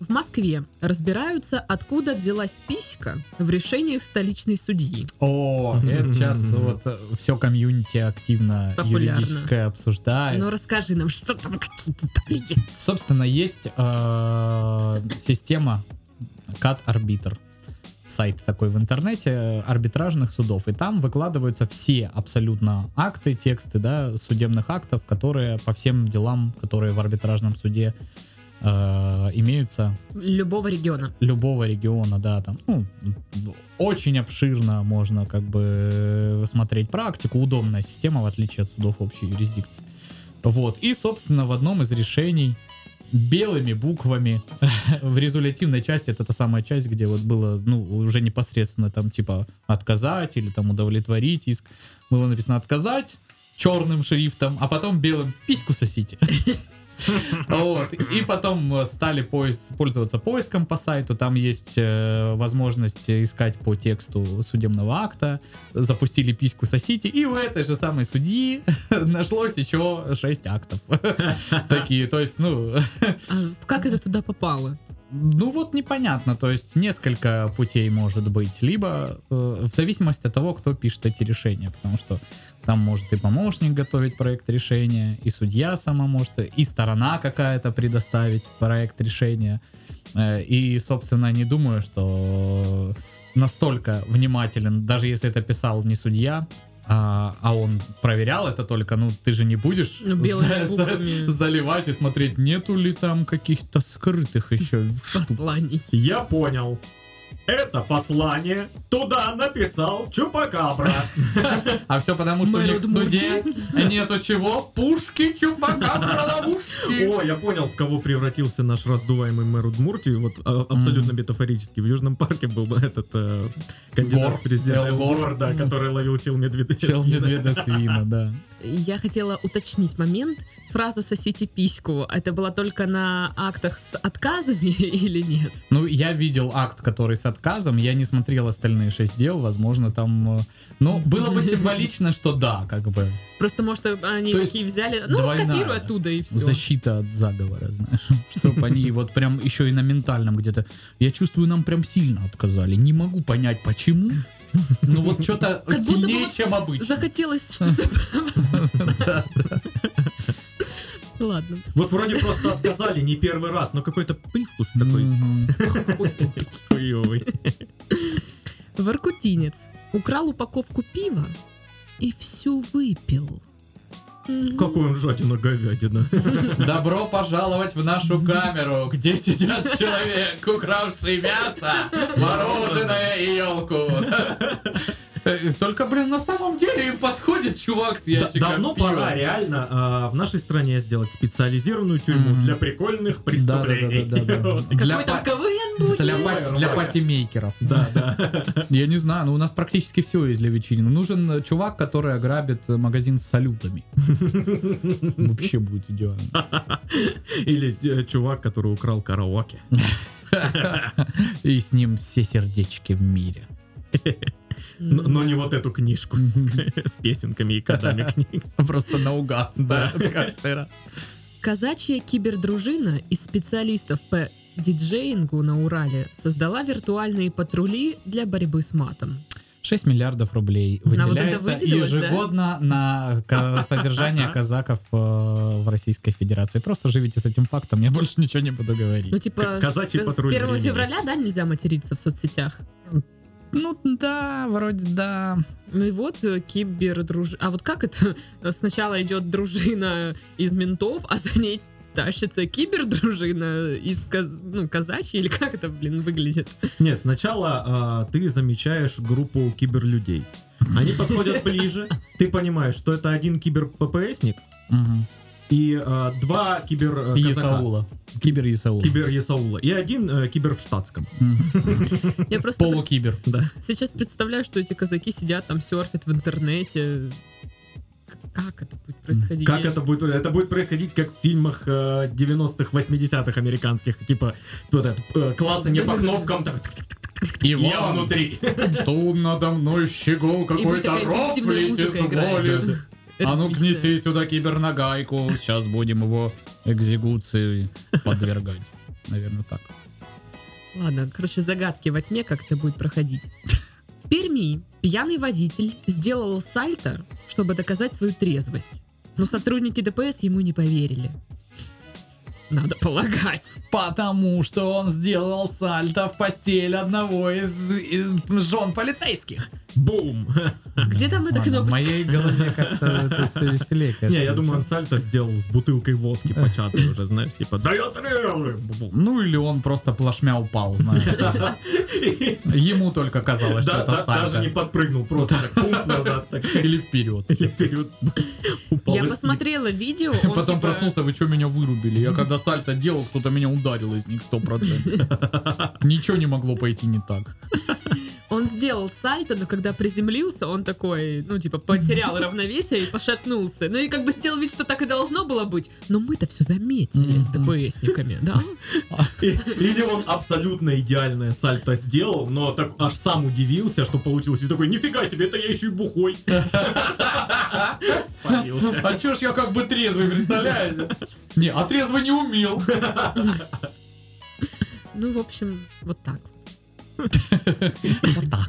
[SPEAKER 1] В Москве разбираются, откуда взялась писька в решениях столичной судьи.
[SPEAKER 2] О, это сейчас вот все комьюнити активно
[SPEAKER 1] Популярно.
[SPEAKER 2] юридическое обсуждает.
[SPEAKER 1] Ну расскажи нам, что там какие-то там есть.
[SPEAKER 2] Собственно, есть э, система CAT Arbiter. Сайт такой в интернете э, арбитражных судов. И там выкладываются все абсолютно акты, тексты, да, судебных актов, которые по всем делам, которые в арбитражном суде э, имеются,
[SPEAKER 1] Любого региона.
[SPEAKER 2] любого региона, да, там, ну, очень обширно можно как бы смотреть практику, удобная система, в отличие от судов общей юрисдикции. Вот, и, собственно, в одном из решений белыми буквами в резолютивной части, это та самая часть, где вот было, ну, уже непосредственно там, типа, отказать или там удовлетворить иск, было написано отказать черным шрифтом, а потом белым письку сосите. Вот. И потом э, стали поис- пользоваться поиском по сайту. Там есть э, возможность искать по тексту судебного акта. Запустили письку сосите. И у этой же самой судьи нашлось еще 6 актов. Такие, то есть, ну,
[SPEAKER 1] А как это туда попало?
[SPEAKER 2] ну вот непонятно, то есть несколько путей может быть, либо э, в зависимости от того, кто пишет эти решения, потому что там может и помощник готовить проект решения, и судья сама может, и сторона какая-то предоставить проект решения. Э, и, собственно, не думаю, что настолько внимателен, даже если это писал не судья, а, а он проверял это только, ну ты же не будешь
[SPEAKER 1] Ну, белыми
[SPEAKER 2] за- за-
[SPEAKER 1] буквами.
[SPEAKER 2] заливать и смотреть, нету ли там каких-то скрытых еще штук.
[SPEAKER 1] Посланий.
[SPEAKER 3] Я понял. Это послание туда написал Чупакабра.
[SPEAKER 2] А все потому, что у
[SPEAKER 1] Мэр
[SPEAKER 2] них в суде нету чего? Пушки, чупака, ловушки.
[SPEAKER 3] О, я понял, в кого превратился наш раздуваемый мэр Удмуртии. Вот а, абсолютно
[SPEAKER 2] Мгм.
[SPEAKER 3] метафорически. В Южном парке был бы этот э, кандидат
[SPEAKER 2] Гор.
[SPEAKER 3] в президенты
[SPEAKER 2] Эл Гор.
[SPEAKER 3] Гор, да,
[SPEAKER 2] Мгм.
[SPEAKER 3] который ловил чел медведя.
[SPEAKER 2] Чел
[SPEAKER 3] с Вина.
[SPEAKER 2] медведа свина, да.
[SPEAKER 1] Я хотела уточнить момент. Фраза «сосите письку» — это была только на актах с отказами или нет?
[SPEAKER 2] Ну, я видел акт, который с отказом, я не смотрел остальные шесть дел, возможно, там... э, Ну, было бы символично, что да, как бы.
[SPEAKER 1] Просто, может, они
[SPEAKER 2] То есть
[SPEAKER 1] такие взяли, ну,
[SPEAKER 2] двойная
[SPEAKER 1] скопируй оттуда и все.
[SPEAKER 2] Защита от заговора, знаешь. Чтоб они вот прям еще и на ментальном где-то... Я чувствую, нам прям сильно отказали. Не могу понять, почему. Ну вот что-то
[SPEAKER 1] Как будто бы
[SPEAKER 2] сильнее,
[SPEAKER 1] вот
[SPEAKER 2] чем обычно.
[SPEAKER 1] Захотелось что-то...
[SPEAKER 2] Да, да.
[SPEAKER 1] Ладно.
[SPEAKER 3] Вот вроде просто отказали не первый раз, но какой-то привкус такой
[SPEAKER 2] Мгм.
[SPEAKER 3] хуёвый.
[SPEAKER 1] Воркутинец украл упаковку пива и всю выпил. М.
[SPEAKER 3] Какой он жадина говядина.
[SPEAKER 2] Добро пожаловать в нашу камеру, где сидят человек, укравший мясо, мороженое и елку. Только, блин, на самом деле им подходит чувак с
[SPEAKER 3] Да-
[SPEAKER 2] ящиком
[SPEAKER 3] Давно
[SPEAKER 2] пива.
[SPEAKER 3] пора реально а, в нашей стране сделать специализированную тюрьму
[SPEAKER 2] Мгм.
[SPEAKER 3] для прикольных преступлений.
[SPEAKER 2] Да-да-да-да-да.
[SPEAKER 3] Вот.
[SPEAKER 2] Для
[SPEAKER 1] Какой там
[SPEAKER 2] па-
[SPEAKER 1] КВН будет?
[SPEAKER 2] Для, пати- для патимейкеров. Да, да. Я не знаю, но у нас практически все есть для вечеринок. Нужен э, чувак, который ограбит э, магазин с салютами. Вообще будет идеально.
[SPEAKER 3] Или э, чувак, который украл караоке.
[SPEAKER 2] И с ним все сердечки в мире.
[SPEAKER 3] Но, но не вот эту книжку с, с песенками и кодами книг.
[SPEAKER 2] Просто наугад ставят каждый раз.
[SPEAKER 1] Казачья кибердружина из специалистов по диджеингу на Урале создала виртуальные патрули для борьбы с матом.
[SPEAKER 2] 6 миллиардов рублей
[SPEAKER 1] А, вот это
[SPEAKER 2] выделяется
[SPEAKER 1] выделилось, да?
[SPEAKER 2] ежегодно на ка- содержание казаков э, в Российской Федерации. Просто живите с этим фактом, я больше ничего не буду говорить.
[SPEAKER 1] Ну, типа,
[SPEAKER 3] К-
[SPEAKER 1] с,
[SPEAKER 3] казачий
[SPEAKER 1] с
[SPEAKER 3] патруль
[SPEAKER 1] 1
[SPEAKER 3] времени.
[SPEAKER 1] февраля, да, нельзя материться в соцсетях?
[SPEAKER 2] Ну да, вроде да.
[SPEAKER 1] Ну и вот э, кибердружина. А вот как это? Сначала идет дружина из ментов, а за ней тащится кибердружина из каз... ну, казачьей, или как это, блин, выглядит?
[SPEAKER 3] Нет, сначала а, ты замечаешь группу киберлюдей. Они подходят ближе, ты понимаешь, что это один кибер-ППСник
[SPEAKER 1] Ну,
[SPEAKER 2] Мгм.
[SPEAKER 3] и а, два кибер э,
[SPEAKER 2] И Исаула. Кибер Исаула.
[SPEAKER 3] Кибер Есаула. И один э, кибер в штатском.
[SPEAKER 1] Я просто вот
[SPEAKER 2] Полукибер.
[SPEAKER 3] Да.
[SPEAKER 1] сейчас представляю, что эти казаки сидят там, серфят в интернете. К- Как это будет происходить?
[SPEAKER 3] Как
[SPEAKER 1] Я-
[SPEAKER 3] это будет? Это будет происходить как в фильмах э, 90-х, 80-х американских. Типа вот это э, клацанье по кнопкам. так, тк, тк, тк,
[SPEAKER 2] И
[SPEAKER 3] Я
[SPEAKER 2] вон
[SPEAKER 3] внутри.
[SPEAKER 2] Тут надо мной щегол
[SPEAKER 1] будет
[SPEAKER 2] какой-то
[SPEAKER 1] такая интенсивная
[SPEAKER 2] рофлить
[SPEAKER 1] музыка играет.
[SPEAKER 2] изволит. А ну
[SPEAKER 1] Отлично.
[SPEAKER 2] гнеси сюда кибернагайку, сейчас будем его экзекуции подвергать. Наверное, так.
[SPEAKER 1] Ладно, короче, загадки во тьме, как это будет проходить. В Перми пьяный водитель сделал сальто, чтобы доказать свою трезвость. Но сотрудники ДПС ему не поверили. Надо полагать.
[SPEAKER 2] Потому что он сделал сальто в постель одного из, из жен полицейских.
[SPEAKER 3] Бум!
[SPEAKER 1] Где там эта
[SPEAKER 2] Ладно, в
[SPEAKER 1] кнопочка?
[SPEAKER 2] моей голове как-то это все веселее, кажется.
[SPEAKER 3] Не, я думаю, он сальто сделал с бутылкой водки початой уже, знаешь, типа, да я трезвый! Бум.
[SPEAKER 2] Ну или он просто плашмя упал, знаешь. Ему только казалось, что
[SPEAKER 3] Да,
[SPEAKER 2] это
[SPEAKER 3] да, даже не
[SPEAKER 2] сальто.
[SPEAKER 3] подпрыгнул, просто так, пуф назад, так,
[SPEAKER 2] Или вперед.
[SPEAKER 3] и вперед упал.
[SPEAKER 1] Я
[SPEAKER 3] и
[SPEAKER 1] посмотрела видео. он
[SPEAKER 2] Потом
[SPEAKER 1] типа-
[SPEAKER 2] проснулся, вы что меня вырубили? Я когда сальто делал, кто-то меня ударил из них 100%. Ничего не могло пойти не так.
[SPEAKER 1] Он сделал сальто, но когда приземлился, он такой, ну, типа, потерял равновесие и пошатнулся. Ну, и как бы сделал вид, что так и должно было быть. Но мы-то все заметили с
[SPEAKER 2] Мгм.
[SPEAKER 1] ДПСниками, да?
[SPEAKER 3] И- Или он абсолютно идеальное сальто сделал, но так аж сам удивился, что получилось. И такой, нифига себе, это я еще и бухой. Спалился.
[SPEAKER 2] А чё ж я как бы трезвый, представляете? Не, а трезвый не умел.
[SPEAKER 1] Ну, в общем, вот так.
[SPEAKER 2] Вот так.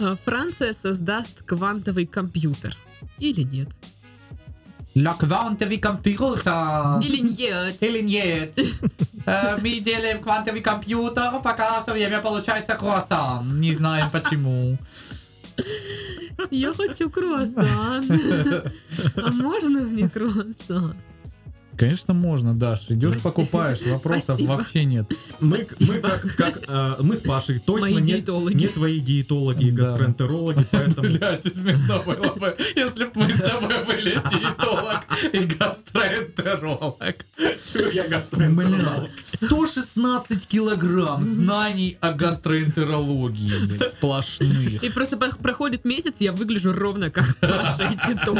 [SPEAKER 1] А, Франция создаст квантовый компьютер. Или нет.
[SPEAKER 2] Ля квантовый компьютер.
[SPEAKER 1] Или нет.
[SPEAKER 2] Или нет. Э, Мы делаем квантовый компьютер, пока все время получается круассан. Не знаем почему.
[SPEAKER 1] Я хочу круассан. А можно мне круассан?
[SPEAKER 2] Конечно, можно, Даш. Идешь, покупаешь.
[SPEAKER 1] Вопросов Спасибо.
[SPEAKER 2] вообще нет.
[SPEAKER 3] Мы, мы, как, как, э, мы с Пашей точно
[SPEAKER 1] Мои
[SPEAKER 3] не,
[SPEAKER 1] диетологи.
[SPEAKER 3] не твои диетологи и
[SPEAKER 2] Да.
[SPEAKER 3] гастроэнтерологи, поэтому...
[SPEAKER 2] Блять, смешно было бы, если бы мы с тобой были диетолог и гастроэнтеролог.
[SPEAKER 3] Чё я гастроэнтеролог?
[SPEAKER 2] Бля, 116 килограмм знаний о гастроэнтерологии блядь, сплошных.
[SPEAKER 1] И просто пох- проходит месяц, я выгляжу ровно как Паша и Титов.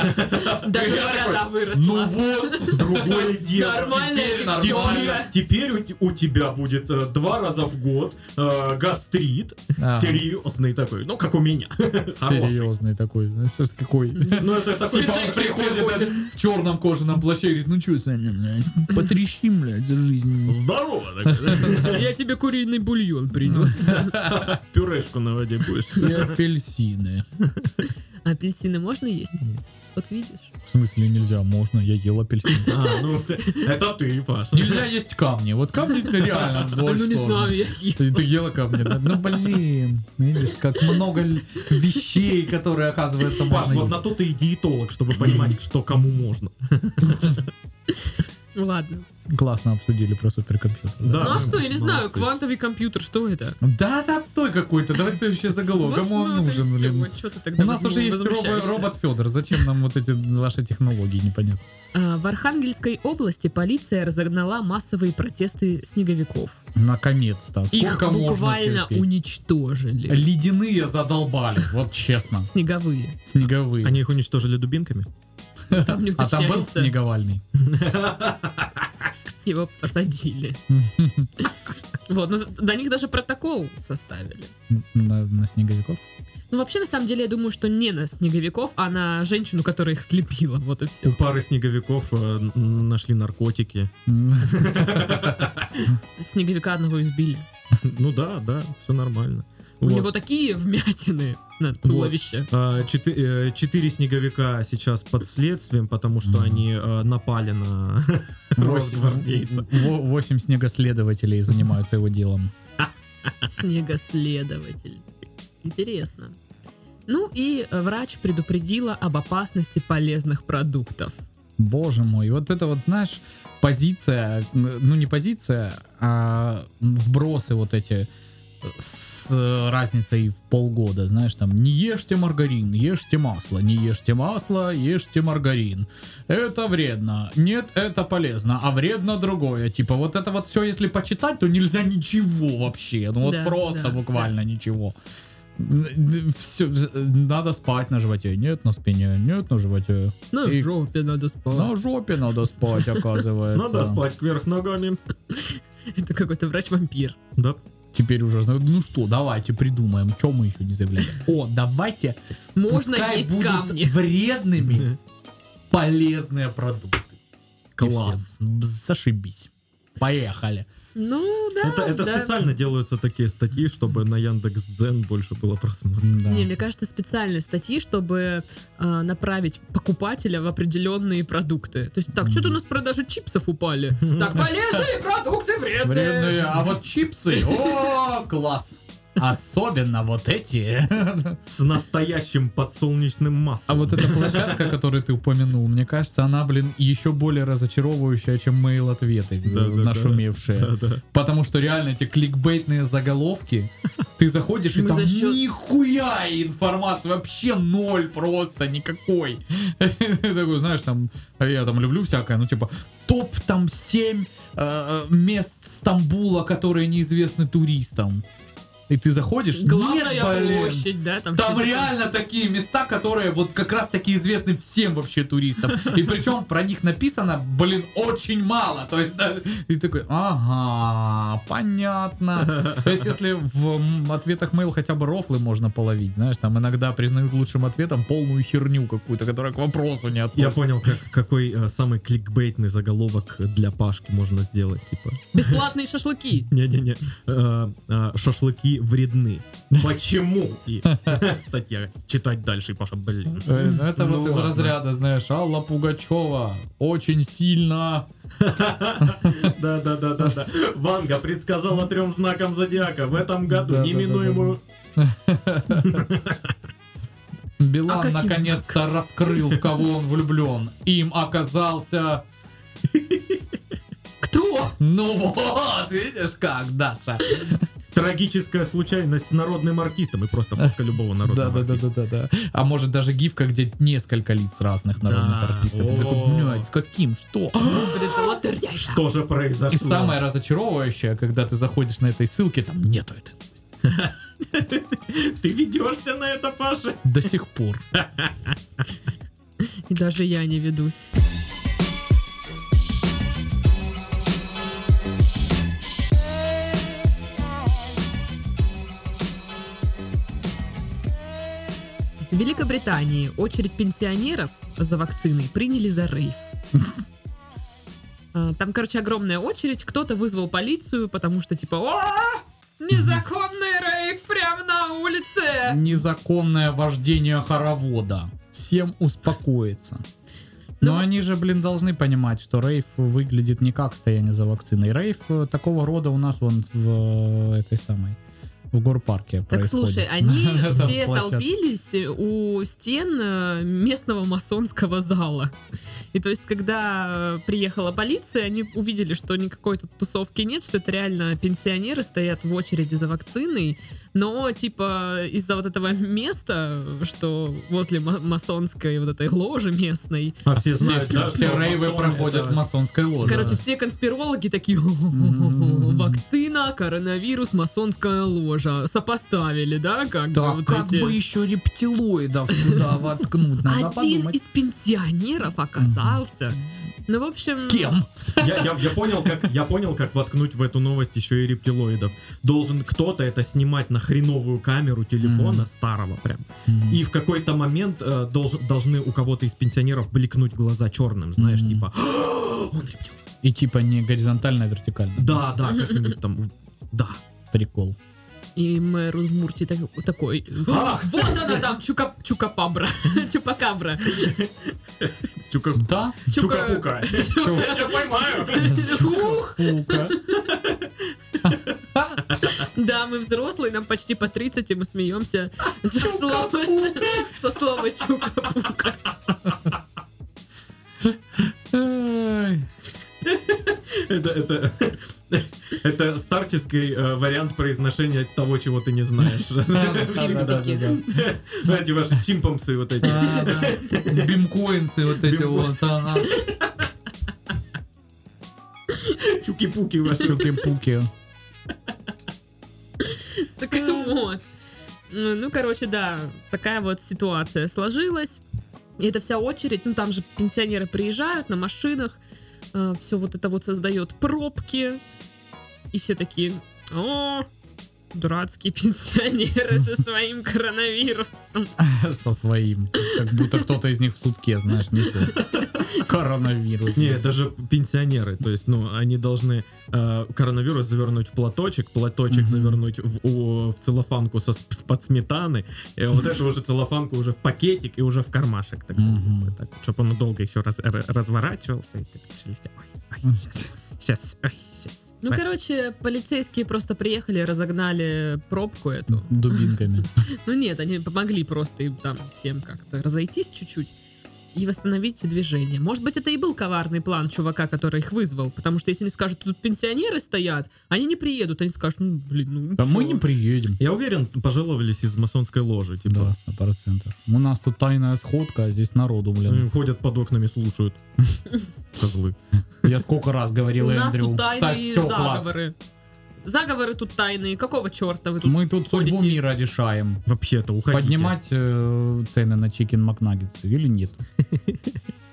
[SPEAKER 1] Даже
[SPEAKER 2] Я такой,
[SPEAKER 1] борода
[SPEAKER 2] Ну
[SPEAKER 1] выросла.
[SPEAKER 2] вот,
[SPEAKER 3] Другое дело.
[SPEAKER 1] Нормальная
[SPEAKER 2] теперь
[SPEAKER 3] Теперь,
[SPEAKER 1] девчонка.
[SPEAKER 3] теперь у, у тебя будет э, два раза в год э, гастрит.
[SPEAKER 2] Ага.
[SPEAKER 3] Серьезный такой. Ну, как у меня. Хороший.
[SPEAKER 2] Серьезный такой, знаешь, какой.
[SPEAKER 3] Ну, это такой...
[SPEAKER 2] Типа он приходит этот в черном кожаном плаще и говорит, ну что, Саня, блядь, потрещи, блядь, за жизнь.
[SPEAKER 3] Здорово, такой, да?
[SPEAKER 1] Я тебе куриный бульон принес.
[SPEAKER 3] пюрешку на воде будешь.
[SPEAKER 2] И апельсины.
[SPEAKER 1] А Апельсины можно есть? Вот видишь.
[SPEAKER 2] В смысле нельзя, можно, я ел апельсин.
[SPEAKER 3] А, ну ты- это ты, Паша.
[SPEAKER 2] Нельзя есть камни, вот камни это реально
[SPEAKER 1] А,
[SPEAKER 2] очень
[SPEAKER 1] Ну не
[SPEAKER 2] сложно.
[SPEAKER 1] знаю, я ем.
[SPEAKER 2] Ты, ты ела камни, да? Ну блин, видишь, как много л- вещей, которые оказывается
[SPEAKER 3] Паш,
[SPEAKER 2] можно
[SPEAKER 3] вот на
[SPEAKER 2] есть.
[SPEAKER 3] то ты и диетолог, чтобы понимать, что кому можно.
[SPEAKER 1] Ну, Ладно.
[SPEAKER 2] Классно обсудили про суперкомпьютер.
[SPEAKER 3] Да.
[SPEAKER 1] Ну а что, я не знаю,
[SPEAKER 3] молодцы.
[SPEAKER 1] квантовый компьютер, что это?
[SPEAKER 2] Да, это отстой какой-то, давай следующий заголовок, кому он
[SPEAKER 1] ну,
[SPEAKER 2] нужен, блин.
[SPEAKER 1] Что ты
[SPEAKER 2] У
[SPEAKER 1] тогда
[SPEAKER 2] нас уже есть робо-
[SPEAKER 1] возмущаешься?
[SPEAKER 2] робот Федор, зачем нам вот эти ваши технологии, непонятно.
[SPEAKER 1] А, В Архангельской области полиция разогнала массовые протесты снеговиков.
[SPEAKER 2] Наконец-то. Сколько
[SPEAKER 1] Их
[SPEAKER 2] можно
[SPEAKER 1] буквально
[SPEAKER 2] терпеть?
[SPEAKER 1] уничтожили.
[SPEAKER 2] Ледяные задолбали, вот честно.
[SPEAKER 1] Снеговые.
[SPEAKER 2] Снеговые.
[SPEAKER 3] Они их уничтожили дубинками?
[SPEAKER 1] Там не
[SPEAKER 2] А там был
[SPEAKER 1] уточняется.
[SPEAKER 2] снеговальный?
[SPEAKER 1] Его посадили. Вот, ну, за- до них даже протокол составили.
[SPEAKER 2] На, на снеговиков?
[SPEAKER 1] Ну, вообще, на самом деле, я думаю, что не на снеговиков, а на женщину, которая их слепила. Вот и
[SPEAKER 3] У
[SPEAKER 1] все.
[SPEAKER 3] пары снеговиков э, н- нашли наркотики.
[SPEAKER 2] М,
[SPEAKER 1] Снеговика одного избили.
[SPEAKER 3] Ну да, да, все нормально.
[SPEAKER 1] У
[SPEAKER 3] Вот.
[SPEAKER 1] него такие вмятины на туловище.
[SPEAKER 3] А, чет- э, Четыре снеговика сейчас под следствием, потому что они э, напали на
[SPEAKER 2] Восемь
[SPEAKER 3] росгвардейца.
[SPEAKER 2] во- восемь снегоследователей занимаются его делом.
[SPEAKER 1] Снегоследователь. Интересно. Ну и врач предупредила об опасности полезных продуктов.
[SPEAKER 2] Боже мой, вот это вот, знаешь, позиция, э, ну не позиция, а вбросы вот эти с э, разницей в полгода, знаешь, там, не ешьте маргарин, ешьте масло, не ешьте масло, ешьте маргарин. Это вредно, нет, это полезно, а вредно другое. Типа, вот это вот все, если почитать, то нельзя ничего вообще, ну вот
[SPEAKER 1] Да,
[SPEAKER 2] просто
[SPEAKER 1] да,
[SPEAKER 2] буквально ничего. Все, надо спать на животе, нет на спине, нет на животе.
[SPEAKER 1] На
[SPEAKER 2] И-
[SPEAKER 1] жопе надо спать.
[SPEAKER 2] На жопе надо спать, оказывается.
[SPEAKER 3] Надо спать кверх ногами.
[SPEAKER 1] Это какой-то врач-вампир.
[SPEAKER 3] Да.
[SPEAKER 2] Теперь уже, ну ну что, давайте придумаем, что мы еще не заявляем. О, давайте,
[SPEAKER 1] Можно
[SPEAKER 2] пускай
[SPEAKER 1] есть
[SPEAKER 2] будут
[SPEAKER 1] камни.
[SPEAKER 3] Э,
[SPEAKER 2] вредными полезные продукты. И
[SPEAKER 3] Класс.
[SPEAKER 2] всем. Зашибись. Поехали.
[SPEAKER 1] Ну, да.
[SPEAKER 3] Это, это
[SPEAKER 1] да.
[SPEAKER 3] специально делаются такие статьи, чтобы на Яндекс.Дзен больше было просмотров.
[SPEAKER 2] Да.
[SPEAKER 1] Не, мне кажется, специальные статьи, чтобы а, направить покупателя в определенные продукты. То есть, так, что-то у нас продажи чипсов упали. Так, полезные продукты
[SPEAKER 2] Вредные,
[SPEAKER 1] вредные.
[SPEAKER 2] а вот чипсы, о, класс. Особенно вот эти.
[SPEAKER 3] С настоящим подсолнечным
[SPEAKER 2] А
[SPEAKER 3] маслом.
[SPEAKER 2] вот эта площадка, которую ты упомянул, мне кажется, она, блин, еще более разочаровывающая, чем мейл-ответы,
[SPEAKER 3] Да, да, да.
[SPEAKER 2] нашумевшие.
[SPEAKER 3] Да-да.
[SPEAKER 2] Потому что реально эти кликбейтные заголовки, ты заходишь и
[SPEAKER 1] Мы
[SPEAKER 2] там
[SPEAKER 1] за счет-
[SPEAKER 2] нихуя информации, вообще ноль просто, никакой. Ты такой, знаешь, там, а я там люблю всякое, ну типа, топ там 7 мест Стамбула, которые неизвестны туристам. И ты заходишь, нет,
[SPEAKER 1] Главная
[SPEAKER 2] блин,
[SPEAKER 1] площадь, да, там
[SPEAKER 2] там
[SPEAKER 1] всё
[SPEAKER 2] реально такие места, которые вот как раз таки известны всем вообще туристам. И причем про них написано, блин, очень мало. То есть, да, и такой, ага, понятно. То есть, если в м, ответах mail хотя бы рофлы можно половить, знаешь, там иногда признают лучшим ответом полную херню какую-то, которая к вопросу не относится.
[SPEAKER 3] Я понял, как, какой э, самый кликбейтный заголовок для Пашки можно сделать. Типа,
[SPEAKER 1] Бесплатные шашлыки.
[SPEAKER 3] не-не-не, э, э, шашлыки вредны. Почему? И статья читать дальше, и Паша, блин.
[SPEAKER 2] Э, ну, Это
[SPEAKER 3] Ну
[SPEAKER 2] вот из
[SPEAKER 3] ладно.
[SPEAKER 2] разряда, знаешь, Алла Пугачева очень сильно
[SPEAKER 3] Да-да-да-да-да. Ванга предсказала трем знакам зодиака в этом году
[SPEAKER 2] Да-да-да-да-да.
[SPEAKER 3] неминуемую...
[SPEAKER 2] Билан
[SPEAKER 1] А каким
[SPEAKER 2] наконец-то раскрыл, в кого он влюблен. Им оказался
[SPEAKER 1] Кто?
[SPEAKER 2] Ну вот, видишь как, Даша.
[SPEAKER 3] Трагическая случайность с народным артистом. И просто фотка любого народного артиста.
[SPEAKER 2] да, да. А может даже гифка, где несколько лиц разных народных
[SPEAKER 3] Да.
[SPEAKER 2] артистов. И такой,
[SPEAKER 3] О.
[SPEAKER 2] блядь, с каким, что?
[SPEAKER 1] Это лотерея.
[SPEAKER 3] Что же произошло?
[SPEAKER 2] И самое разочаровывающее, когда ты заходишь на этой ссылке, там нету это.
[SPEAKER 3] Ты ведешься на это, Паша?
[SPEAKER 2] До сих пор.
[SPEAKER 1] И даже я не ведусь. В Великобритании очередь пенсионеров за вакциной приняли за рейв. А, Там, короче, огромная очередь. Кто-то вызвал полицию, потому что типа «О, незаконный рейв прямо на улице.
[SPEAKER 2] Незаконное вождение хоровода. Всем успокоиться. Но
[SPEAKER 1] Ну.
[SPEAKER 2] они же, блин, должны понимать, что рейф выглядит не как стояние за вакциной. Рейф э, такого рода у нас вон в э, этой самой, в горпарке
[SPEAKER 1] Так
[SPEAKER 2] происходит.
[SPEAKER 1] слушай, они
[SPEAKER 2] Там
[SPEAKER 1] все
[SPEAKER 2] площадка.
[SPEAKER 1] толпились э, у стен э, местного масонского зала. И то есть, когда э, приехала полиция, они увидели, что никакой тут тусовки нет, что это реально пенсионеры стоят в очереди за вакциной. Но, типа, из-за вот этого места, что возле ма- масонской вот этой ложи местной,
[SPEAKER 3] А
[SPEAKER 2] Все, все- все рейвы проходят в масонской ложе.
[SPEAKER 1] короче, все конспирологи такие, «О-о-о, вакцина, коронавирус, масонская ложа. Сопоставили, да, как бы
[SPEAKER 2] Так,
[SPEAKER 1] вот
[SPEAKER 2] как
[SPEAKER 1] эти-
[SPEAKER 2] бы еще рептилоидов сюда воткнуть,
[SPEAKER 1] Один
[SPEAKER 2] надо Ну, подумать.
[SPEAKER 1] из пенсионеров оказался. Ну, в общем...
[SPEAKER 2] Кем?
[SPEAKER 3] Я, я- я понял, как, я понял, как воткнуть в эту новость еще и рептилоидов. Должен кто-то это снимать на хреновую камеру телефона
[SPEAKER 2] Мгм.
[SPEAKER 3] старого прям. И в какой-то момент э, долж- должны у кого-то из пенсионеров бликнуть глаза черным, знаешь,
[SPEAKER 2] Мгм.
[SPEAKER 3] типа «А, он рептилоид».
[SPEAKER 2] И типа не горизонтально, а вертикально.
[SPEAKER 3] Да, да, как-нибудь там. Да.
[SPEAKER 2] Прикол.
[SPEAKER 1] И мэр Удмуртии так- такой...
[SPEAKER 3] Ах!
[SPEAKER 1] Вот она там, чука... чукапабра. Чупакабра.
[SPEAKER 3] Чука...
[SPEAKER 2] Да?
[SPEAKER 1] Чука...
[SPEAKER 3] Чукапука. Я тебя поймаю.
[SPEAKER 1] Ух!
[SPEAKER 2] Пука.
[SPEAKER 1] Да, мы взрослые, нам почти по 30, и мы смеемся со слова, со слова чука-пука.
[SPEAKER 2] Эй.
[SPEAKER 3] Это, это, это старческий э, вариант произношения того, чего ты не знаешь.
[SPEAKER 1] Чипсики.
[SPEAKER 2] Да-да-да-да-да.
[SPEAKER 3] Эти ваши чимпомсы вот эти.
[SPEAKER 2] А, да. Бимкоинсы вот эти
[SPEAKER 3] Бимко-
[SPEAKER 2] вот. ага.
[SPEAKER 3] Чуки-пуки ваши.
[SPEAKER 2] Чуки-пуки.
[SPEAKER 1] Так э, вот. Ну, ну, короче, да, такая вот ситуация сложилась. И это вся очередь, ну там же пенсионеры приезжают на машинах, э, все вот это вот создает пробки. И все такие, о, дурацкие пенсионеры со своим коронавирусом.
[SPEAKER 2] Со своим. Как будто кто-то из них в сутке, знаешь, несет. Коронавирус.
[SPEAKER 3] Не, даже пенсионеры, то есть, ну, они должны э, коронавирус завернуть в платочек, платочек
[SPEAKER 2] Мгм.
[SPEAKER 3] завернуть в, у- в целлофанку со, с под сметаны, и вот эту уже целлофанку уже в пакетик и уже в кармашек. Так,
[SPEAKER 2] Мгм.
[SPEAKER 3] чтобы он долго еще раз, р- разворачивался. И так, шелестя. Ой, ой, сейчас, сейчас, ой, сейчас.
[SPEAKER 1] Ну, короче, полицейские просто приехали, разогнали пробку эту.
[SPEAKER 2] Дубинками.
[SPEAKER 1] Ну нет, они помогли просто им там всем как-то разойтись чуть-чуть и восстановить движение. Может быть, это и был коварный план чувака, который их вызвал. Потому что если они скажут, тут пенсионеры стоят, они не приедут. Они скажут, ну, блин, ну
[SPEAKER 2] Да А мы не
[SPEAKER 1] ничего».
[SPEAKER 2] приедем.
[SPEAKER 3] Я уверен, пожаловались из масонской ложи, типа.
[SPEAKER 2] Да, сто процентов. У нас тут тайная сходка, а здесь народу, блин.
[SPEAKER 3] М, Ходят под окнами, слушают. Козлы.
[SPEAKER 2] Я сколько раз говорил
[SPEAKER 1] У нас
[SPEAKER 2] Эндрю,
[SPEAKER 1] тут
[SPEAKER 2] ставь
[SPEAKER 1] тайные
[SPEAKER 2] стекла.
[SPEAKER 1] заговоры. Заговоры тут тайные. Какого черта вы тут?
[SPEAKER 2] Мы тут судьбу
[SPEAKER 1] ходите.
[SPEAKER 2] мира решаем.
[SPEAKER 3] Вообще-то уходите.
[SPEAKER 2] Поднимать э, цены на чикен макнаггетсы или нет?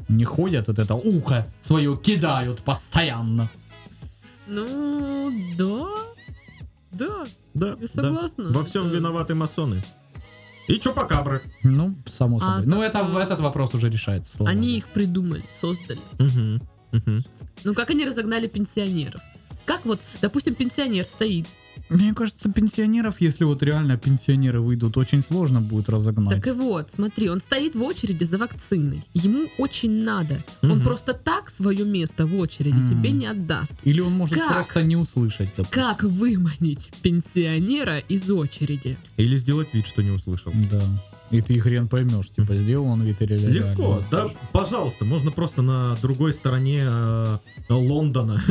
[SPEAKER 2] Не ходят вот это ухо свое кидают постоянно.
[SPEAKER 1] Ну, да. Да,
[SPEAKER 3] Да,
[SPEAKER 1] я
[SPEAKER 3] да.
[SPEAKER 1] согласна.
[SPEAKER 3] Во всем
[SPEAKER 1] Это-
[SPEAKER 3] виноваты масоны. И чупакабры.
[SPEAKER 2] Ну, само
[SPEAKER 1] А
[SPEAKER 2] собой. Ну,
[SPEAKER 1] так,
[SPEAKER 2] это,
[SPEAKER 1] а-
[SPEAKER 2] этот вопрос уже решается. слава
[SPEAKER 1] Они
[SPEAKER 2] богу.
[SPEAKER 1] их придумали, создали.
[SPEAKER 3] Мгм, мгм.
[SPEAKER 1] Ну, как они разогнали пенсионеров? Как вот, допустим, пенсионер стоит,
[SPEAKER 2] Мне кажется, пенсионеров, если вот реально пенсионеры выйдут, очень сложно будет разогнать.
[SPEAKER 1] Так и вот, смотри, он стоит в очереди за вакциной. Ему очень надо. Он
[SPEAKER 3] Мгм.
[SPEAKER 1] просто так свое место в очереди
[SPEAKER 2] М.
[SPEAKER 1] тебе не отдаст.
[SPEAKER 2] Или он может
[SPEAKER 1] Как?
[SPEAKER 2] просто не услышать. допустим.
[SPEAKER 1] Как выманить пенсионера из очереди?
[SPEAKER 3] Или сделать вид, что не услышал.
[SPEAKER 2] Да. И ты хрен поймешь, типа, сделал он вид или реально
[SPEAKER 3] Легко,
[SPEAKER 2] не
[SPEAKER 3] да,
[SPEAKER 2] услышал.
[SPEAKER 3] пожалуйста, можно просто на другой стороне э, Лондона.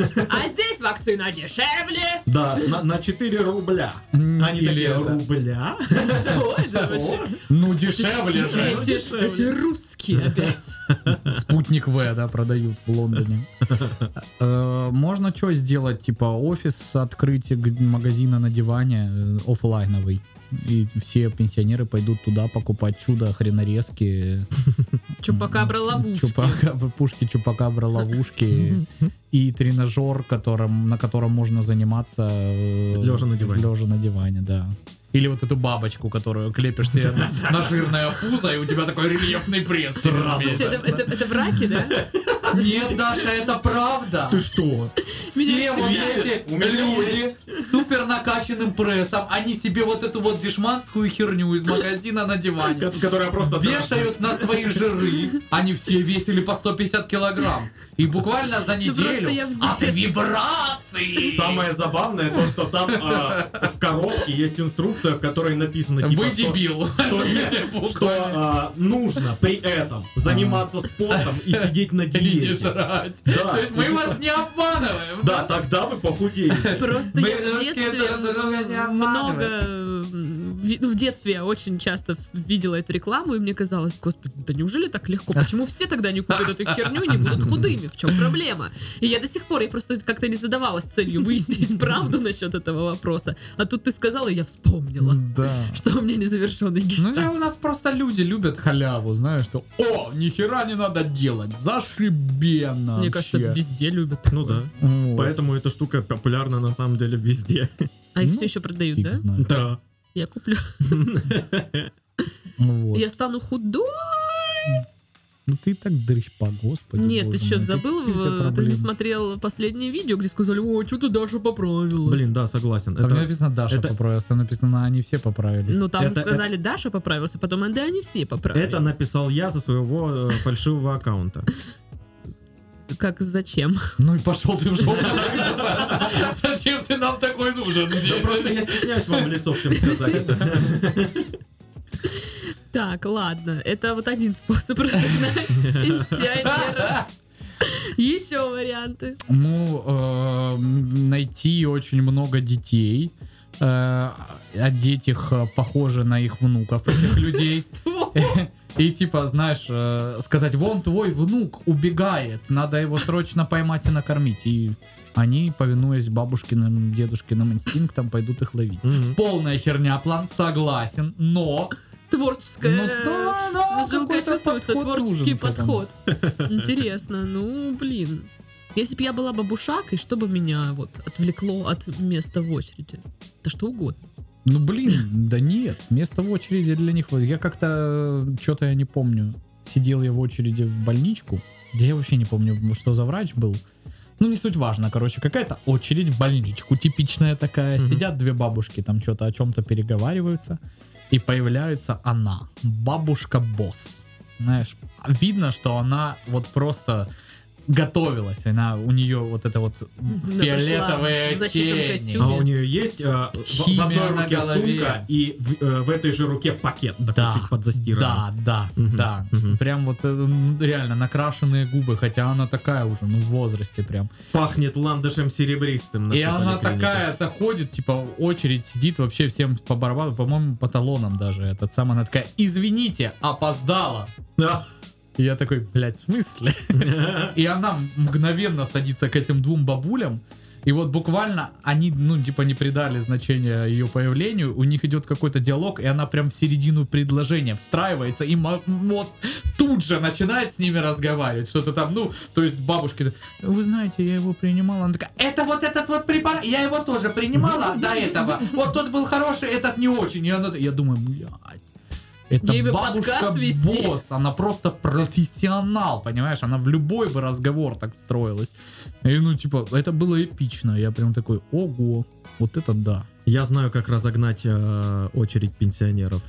[SPEAKER 1] А здесь вакцина дешевле!
[SPEAKER 3] Да, на, на 4 рубля.
[SPEAKER 2] М,
[SPEAKER 3] Они
[SPEAKER 2] или
[SPEAKER 3] такие,
[SPEAKER 2] это,
[SPEAKER 3] рубля?
[SPEAKER 1] Что это вообще?
[SPEAKER 2] Ну, дешевле же.
[SPEAKER 1] Эти, эти русские опять.
[SPEAKER 2] Спутник В, да, продают в Лондоне. Э, Можно что сделать, типа офис открыть г- магазина на диване э, оффлайновый. И все пенсионеры пойдут туда покупать чудо хренорезки.
[SPEAKER 1] Чупакабра ловушки.
[SPEAKER 2] Чупакабра, пушки, чупакабра, ловушки. И тренажер, которым, на котором можно заниматься...
[SPEAKER 3] Лёжа на диване.
[SPEAKER 2] Лежа на диване, да. Или вот эту бабочку, которую клепишь себе на- на жирное пузо, и у тебя такой рельефный пресс. через
[SPEAKER 3] Сразу.
[SPEAKER 2] месяц.
[SPEAKER 1] Слушай, это, это- это враки, да?
[SPEAKER 2] Нет, Даша, это правда.
[SPEAKER 3] Ты что?
[SPEAKER 2] Все вот эти
[SPEAKER 4] У меня
[SPEAKER 2] люди с супер накачанным прессом, они себе вот эту вот дешманскую херню из магазина на диване
[SPEAKER 4] Ко- Которая просто...
[SPEAKER 2] вешают на свои жиры. Они все весили по 150 килограмм. И буквально
[SPEAKER 1] просто
[SPEAKER 2] за
[SPEAKER 1] я
[SPEAKER 2] неделю
[SPEAKER 1] в
[SPEAKER 2] от вибрации.
[SPEAKER 3] Самое забавное то, что там э, в коробке есть инструкция, в которой написано типа,
[SPEAKER 2] Вы
[SPEAKER 3] что-
[SPEAKER 2] дебил.
[SPEAKER 3] что
[SPEAKER 2] Буквально.
[SPEAKER 3] а, нужно при этом заниматься спортом и сидеть на
[SPEAKER 2] И не
[SPEAKER 3] диете.
[SPEAKER 2] жрать.
[SPEAKER 3] Да. типа.
[SPEAKER 2] То есть мы вас не обманываем.
[SPEAKER 3] Да, тогда вы похудеете.
[SPEAKER 1] Просто
[SPEAKER 2] Мы
[SPEAKER 1] я в
[SPEAKER 2] русские
[SPEAKER 1] детстве
[SPEAKER 2] друг друга не
[SPEAKER 1] м, много... м, ви- ну, В детстве я очень часто в- видела эту рекламу, и мне казалось, господи, да неужели так легко? Почему все тогда не купят эту херню и не будут худыми? В чем проблема? И я до сих пор, я просто как-то не задавалась целью выяснить правду насчет этого вопроса. А тут ты сказала, и я вспомнила,
[SPEAKER 2] Да.
[SPEAKER 1] что у меня незавершенный
[SPEAKER 2] Ну,
[SPEAKER 1] гештальт.
[SPEAKER 2] я- у нас просто люди любят халяву, знаешь, что «О, нихера не надо делать, зашибенно
[SPEAKER 1] Мне кажется,
[SPEAKER 2] вообще».
[SPEAKER 1] везде любят.
[SPEAKER 3] Ну да.
[SPEAKER 2] Вот.
[SPEAKER 3] Поэтому эта штука популярна на самом деле везде.
[SPEAKER 1] А их
[SPEAKER 2] Ну,
[SPEAKER 1] все еще продают,
[SPEAKER 2] Фиг
[SPEAKER 1] да?
[SPEAKER 2] знает.
[SPEAKER 3] Да.
[SPEAKER 1] Я куплю.
[SPEAKER 2] Вот.
[SPEAKER 1] Я стану худой.
[SPEAKER 2] Ну ты и так дрыщпа, господи.
[SPEAKER 1] Нет, ты
[SPEAKER 2] боже
[SPEAKER 1] что,
[SPEAKER 2] мой,
[SPEAKER 1] забыл? э,
[SPEAKER 2] какие у тебя
[SPEAKER 1] Ты не
[SPEAKER 2] проблемы?
[SPEAKER 1] смотрел последнее видео, где сказали, о, что ты Даша поправилась.
[SPEAKER 3] Блин, да, согласен.
[SPEAKER 2] Там не
[SPEAKER 3] Это-
[SPEAKER 2] написано Даша
[SPEAKER 3] это-
[SPEAKER 2] поправилась, там написано они все поправились.
[SPEAKER 1] Ну там
[SPEAKER 3] Это-
[SPEAKER 1] сказали, Даша поправился, потом да, они все поправились.
[SPEAKER 3] Это написал я со своего э, фальшивого аккаунта.
[SPEAKER 1] Как зачем?
[SPEAKER 2] Ну и пошел ты в жопу. тогда, Саша. Зачем ты нам такой нужен?
[SPEAKER 3] Просто я стесняюсь вам в лицо всем сказать это.
[SPEAKER 1] Так, ладно, это вот один способ разогнать пенсионера. Еще варианты.
[SPEAKER 2] Ну, э, найти очень много детей, э, одеть их э, похоже на их внуков, этих людей.
[SPEAKER 1] Что?
[SPEAKER 2] И типа, знаешь, э, сказать, вон твой внук убегает, надо его срочно поймать и накормить. И они, повинуясь бабушкиным, дедушкиным инстинктам, пойдут их ловить.
[SPEAKER 3] Мгм.
[SPEAKER 2] Полная херня план, согласен, но...
[SPEAKER 1] Творческая.
[SPEAKER 2] Ну да, да,
[SPEAKER 1] Жилка
[SPEAKER 2] какой-то
[SPEAKER 1] чувствуется,
[SPEAKER 2] подход
[SPEAKER 1] творческий
[SPEAKER 2] нужен к этому.
[SPEAKER 1] подход. Интересно, ну, блин. Если бы я была бабушакой, что бы меня вот отвлекло от места в очереди? Да что угодно.
[SPEAKER 2] Ну блин, да нет, место в очереди для них. вот Я как-то что-то я не помню. Сидел я в очереди в больничку. Да я вообще не помню, что за врач был. Ну, не суть важно, короче, какая-то очередь в больничку типичная такая.
[SPEAKER 3] Мгм.
[SPEAKER 2] Сидят две бабушки, там что-то о чем-то переговариваются. И появляется она, бабушка-босс. Знаешь, видно, что она вот просто готовилась. Она, у нее вот это вот фиолетовые
[SPEAKER 1] в защитном
[SPEAKER 2] тени.
[SPEAKER 1] костюме.
[SPEAKER 3] А у нее есть э, в- в,
[SPEAKER 2] Химия
[SPEAKER 3] одной
[SPEAKER 2] на
[SPEAKER 3] руке
[SPEAKER 2] голове.
[SPEAKER 3] сумка и в, э, в этой же руке пакет, такой
[SPEAKER 2] Да,
[SPEAKER 3] чуть подзастиранный.
[SPEAKER 2] Да, да,
[SPEAKER 3] Мгм,
[SPEAKER 2] да.
[SPEAKER 3] мгм.
[SPEAKER 2] Прям вот э, ну, реально накрашенные губы, хотя она такая уже, ну в возрасте прям.
[SPEAKER 3] Пахнет ландышем серебристым. на
[SPEAKER 2] И
[SPEAKER 3] всю
[SPEAKER 2] она
[SPEAKER 3] поликлинику.
[SPEAKER 2] такая заходит, типа очередь сидит вообще всем по барабану, по-моему, по талонам даже этот сам. Она такая, извините, опоздала.
[SPEAKER 3] Да.
[SPEAKER 2] И я такой, блядь, в смысле? И она мгновенно садится к этим двум бабулям. И вот буквально они, ну, типа, не придали значения ее появлению. У них идет какой-то диалог, и она прям в середину предложения встраивается. И мо- вот тут же начинает с ними разговаривать. Что-то там, ну, то есть бабушки, вы знаете, я его принимала. Она такая, это вот этот вот препарат, я его тоже принимала до этого. Вот тот был хороший, этот не очень. И она, я думаю, блядь. Это
[SPEAKER 1] Ей бы
[SPEAKER 2] бабушка
[SPEAKER 1] подкаст вести.
[SPEAKER 2] босс, она просто профессионал, понимаешь? Она в любой бы разговор так встроилась. И ну, типа, это было эпично. Я прям такой, ого, вот это да.
[SPEAKER 3] Я знаю, как разогнать э, очередь пенсионеров.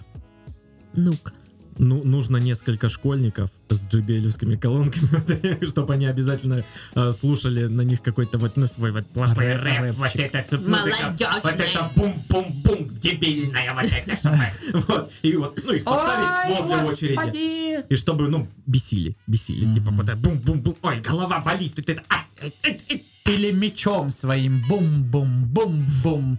[SPEAKER 1] Ну-ка.
[SPEAKER 3] Ну, нужно несколько школьников с джибелевскими колонками, чтобы они обязательно э, слушали на них какой-то вот, ну, свой вот плохой
[SPEAKER 2] Рэп,
[SPEAKER 3] рэп, вот
[SPEAKER 2] рэпчик.
[SPEAKER 3] это вот музыка, вот это
[SPEAKER 1] Молодёжная.
[SPEAKER 3] бум-бум-бум, дебильная вот это, чтобы- вот, и вот, ну, их поставить возле очереди. И чтобы, ну, бесили, бесили,
[SPEAKER 2] Мгм.
[SPEAKER 3] типа вот это бум-бум-бум, ой, голова болит, ты- ты- ты- а, э, э, э.
[SPEAKER 2] Или мечом своим бум-бум-бум-бум.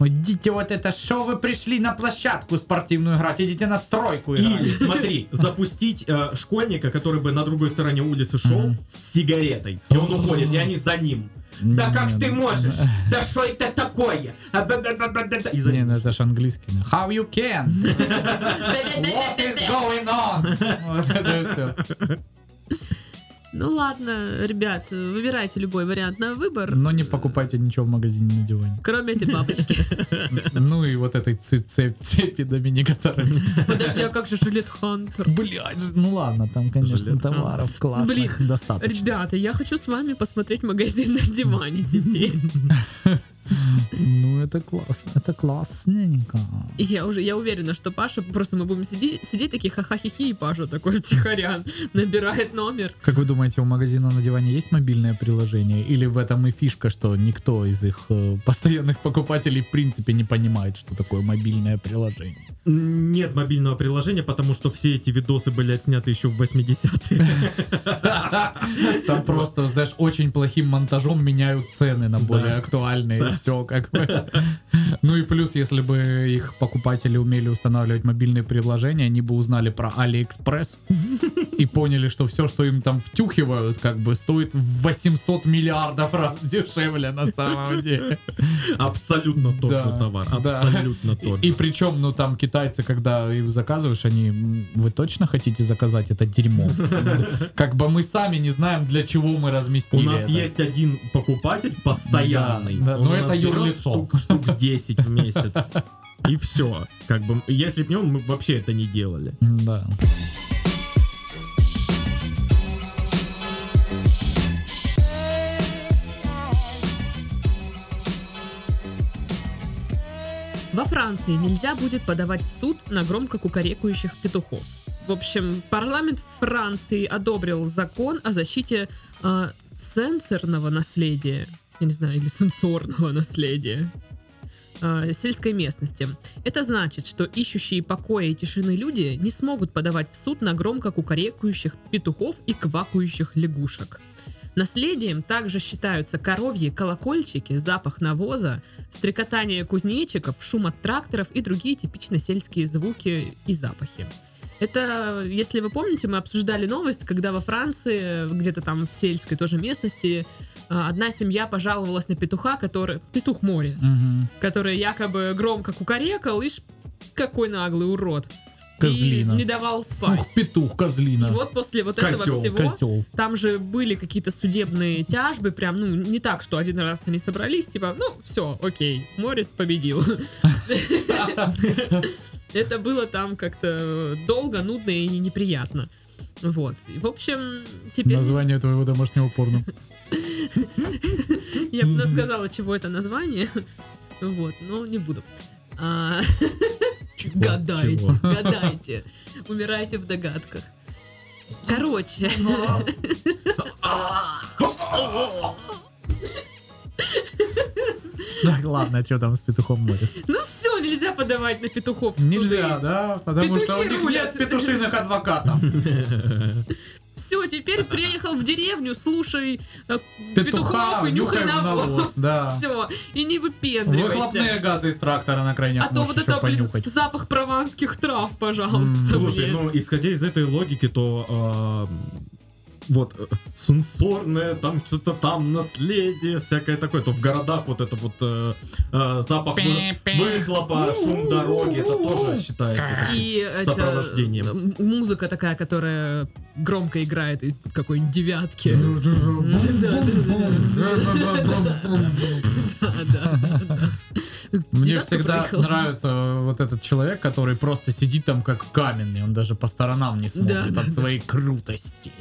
[SPEAKER 2] Идите вот это, что вы пришли на площадку спортивную играть? Идите на стройку
[SPEAKER 3] Или,
[SPEAKER 2] играть.
[SPEAKER 3] смотри, запустить э, школьника, который бы на другой стороне улицы шел,
[SPEAKER 2] Мгм.
[SPEAKER 3] с сигаретой, и он уходит, и они за ним.
[SPEAKER 4] Да как ты
[SPEAKER 2] Не, ну,
[SPEAKER 4] можешь? Да что это такое? А, да-да-да-да-да.
[SPEAKER 3] И за
[SPEAKER 2] Не,
[SPEAKER 3] ним.
[SPEAKER 2] ну это ж английский. ну. How you can? What is going on? Вот это всё.
[SPEAKER 1] Ну ладно, ребят, выбирайте любой вариант на выбор.
[SPEAKER 2] Но Ну, не покупайте ничего в магазине на диване.
[SPEAKER 1] Кроме этой бабочки.
[SPEAKER 2] Ну и вот этой ци- цепь- цепи домини, которая...
[SPEAKER 1] Подожди, а как же Жилет Хантер?
[SPEAKER 2] Блять, ну ладно, там, конечно,
[SPEAKER 3] Жилет.
[SPEAKER 2] товаров классных
[SPEAKER 1] Блин,
[SPEAKER 2] достаточно.
[SPEAKER 1] Ребята, я хочу с вами посмотреть магазин на диване теперь.
[SPEAKER 2] Ну это классно, это классненько.
[SPEAKER 1] И Я уже, я уверена, что Паша, просто мы будем сидеть, сидеть такие ха-ха-хи-хи, и Паша такой втихаря набирает номер.
[SPEAKER 2] Как вы думаете, у магазина на диване есть мобильное приложение? Или в этом и фишка, что никто из их э, постоянных покупателей в принципе не понимает, что такое мобильное приложение?
[SPEAKER 3] Нет мобильного приложения, потому что все эти видосы были отсняты еще в 80-е.
[SPEAKER 2] Там просто, знаешь, очень плохим монтажом меняют цены на более
[SPEAKER 3] Да.
[SPEAKER 2] актуальные и все как бы. Ну и плюс, если бы их покупатели умели устанавливать мобильные приложения, они бы узнали про Алиэкспресс и поняли, что все, что им там втюхивают, как бы стоит в 800 миллиардов раз дешевле на самом деле.
[SPEAKER 3] Абсолютно тот
[SPEAKER 2] Да,
[SPEAKER 3] же товар.
[SPEAKER 2] да.
[SPEAKER 3] Абсолютно
[SPEAKER 2] И,
[SPEAKER 3] тот
[SPEAKER 2] и
[SPEAKER 3] же.
[SPEAKER 2] причем, ну там китайцы, когда их заказываешь, они, «М, вы точно хотите заказать это дерьмо? Как бы мы сами не знаем, для чего мы разместили
[SPEAKER 3] У нас
[SPEAKER 2] это.
[SPEAKER 3] есть один покупатель постоянный.
[SPEAKER 2] Да, да,
[SPEAKER 3] Он
[SPEAKER 2] но
[SPEAKER 3] у
[SPEAKER 2] это
[SPEAKER 3] нас берет
[SPEAKER 2] юрлицо.
[SPEAKER 3] Штук, штук 10 в месяц. И все. Как бы, если бы не он, мы бы вообще это не делали.
[SPEAKER 2] Да.
[SPEAKER 1] Во Франции нельзя будет подавать в суд на громко кукарекающих петухов. В общем, парламент Франции одобрил закон о защите э, сенсорного наследия, я не знаю, или сенсорного наследия э, сельской местности. Это значит, что ищущие покоя и тишины люди не смогут подавать в суд на громко кукарекающих петухов и квакающих лягушек. Наследием также считаются коровьи колокольчики, запах навоза, стрекотание кузнечиков, шум от тракторов и другие типично сельские звуки и запахи. Это, если вы помните, мы обсуждали новость, когда во Франции, где-то там в сельской тоже местности, а, одна семья пожаловалась на петуха, который... Петух Морис,
[SPEAKER 2] Мгм.
[SPEAKER 1] который якобы громко кукарекал, ишь, какой наглый урод.
[SPEAKER 2] Козлина.
[SPEAKER 1] И не давал спать.
[SPEAKER 2] Ух, петух, козлина.
[SPEAKER 1] И вот после вот этого
[SPEAKER 3] Козёл,
[SPEAKER 1] всего...
[SPEAKER 2] Козел.
[SPEAKER 1] Там же были какие-то судебные тяжбы, прям, ну, не так, что один раз они собрались, типа, ну, все, окей, Морис победил. Это было там как-то долго, нудно и неприятно. Вот. И, в общем, теперь
[SPEAKER 2] Название твоего домашнего порно.
[SPEAKER 1] я бы сказала, чего это название. Вот, но не буду. А, Гадайте,
[SPEAKER 3] Чего?
[SPEAKER 1] гадайте. Умирайте в догадках. Короче.
[SPEAKER 2] Так, ладно, что там с петухом Морис?
[SPEAKER 1] Ну все, нельзя подавать на петухов. в суды.
[SPEAKER 2] Нельзя, да? Потому что у
[SPEAKER 1] Петухи
[SPEAKER 2] них
[SPEAKER 1] рулят.
[SPEAKER 2] нет петушиных адвокатов.
[SPEAKER 1] Все, теперь приехал в деревню, слушай э,
[SPEAKER 2] Петуха,
[SPEAKER 1] петухов и нюхай
[SPEAKER 2] нюхаем
[SPEAKER 1] навоз.
[SPEAKER 2] навоз, да.
[SPEAKER 1] Все, и не
[SPEAKER 2] Выхлопные
[SPEAKER 1] выпендривайся.
[SPEAKER 2] газы из трактора на крайняк
[SPEAKER 1] А то вот
[SPEAKER 2] можешь еще
[SPEAKER 1] это, блин,
[SPEAKER 2] понюхать.
[SPEAKER 1] запах прованских трав, пожалуйста.
[SPEAKER 3] Слушай,
[SPEAKER 1] мне.
[SPEAKER 3] ну, исходя из этой логики, то а, вот э, сенсорное, там что-то там, наследие, всякое такое, то в городах вот это вот э, э, запах вы-
[SPEAKER 2] Пи-пи.
[SPEAKER 3] выхлопа, шум дороги, это тоже считается. таким.
[SPEAKER 1] И это,
[SPEAKER 3] сопровождением.
[SPEAKER 1] м- музыка такая, которая громко играет из какой-нибудь девятки.
[SPEAKER 2] Ну,
[SPEAKER 1] Да, да, да.
[SPEAKER 2] Мне
[SPEAKER 1] Девятка
[SPEAKER 2] всегда
[SPEAKER 1] проехала.
[SPEAKER 2] нравится э, вот этот человек, который просто сидит там как каменный, он даже по сторонам не
[SPEAKER 1] Да,
[SPEAKER 2] смотрит
[SPEAKER 1] да,
[SPEAKER 2] от своей крутости.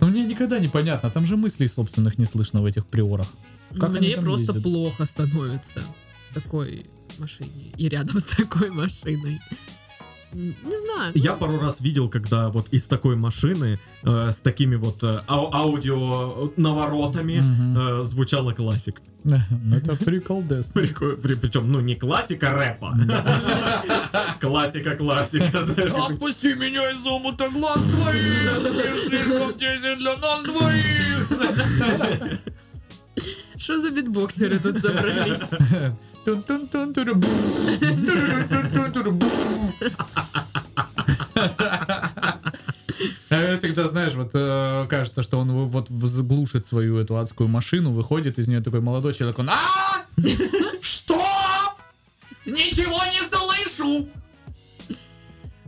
[SPEAKER 2] Но мне никогда не понятно, там же мыслей собственных не слышно в этих приорах. Как они
[SPEAKER 1] Ну, Мне
[SPEAKER 2] там
[SPEAKER 1] просто
[SPEAKER 2] ездят?
[SPEAKER 1] плохо становится в такой машине и рядом с такой машиной. М, Не знаю.
[SPEAKER 3] Я пару раз видел, когда вот из такой машины э, с такими вот э, ау- аудио э, наворотами
[SPEAKER 2] Мгм.
[SPEAKER 3] э, звучала классик.
[SPEAKER 2] Ну, Это приколдес.
[SPEAKER 3] Причем, ну не классика рэпа. Классика, классика. знаешь.
[SPEAKER 2] Отпусти меня из омута глаз твоих! Ты слишком тесен для нас двоих!
[SPEAKER 1] Что за битбоксеры тут собрались?
[SPEAKER 2] Тун-тун-тун, туру, бу. Туру-тун-тун, туру, бу. А Я всегда, знаешь, вот э, кажется, что он вот взглушит свою эту адскую машину, выходит из нее такой молодой человек, он а Что? Ничего не слышу!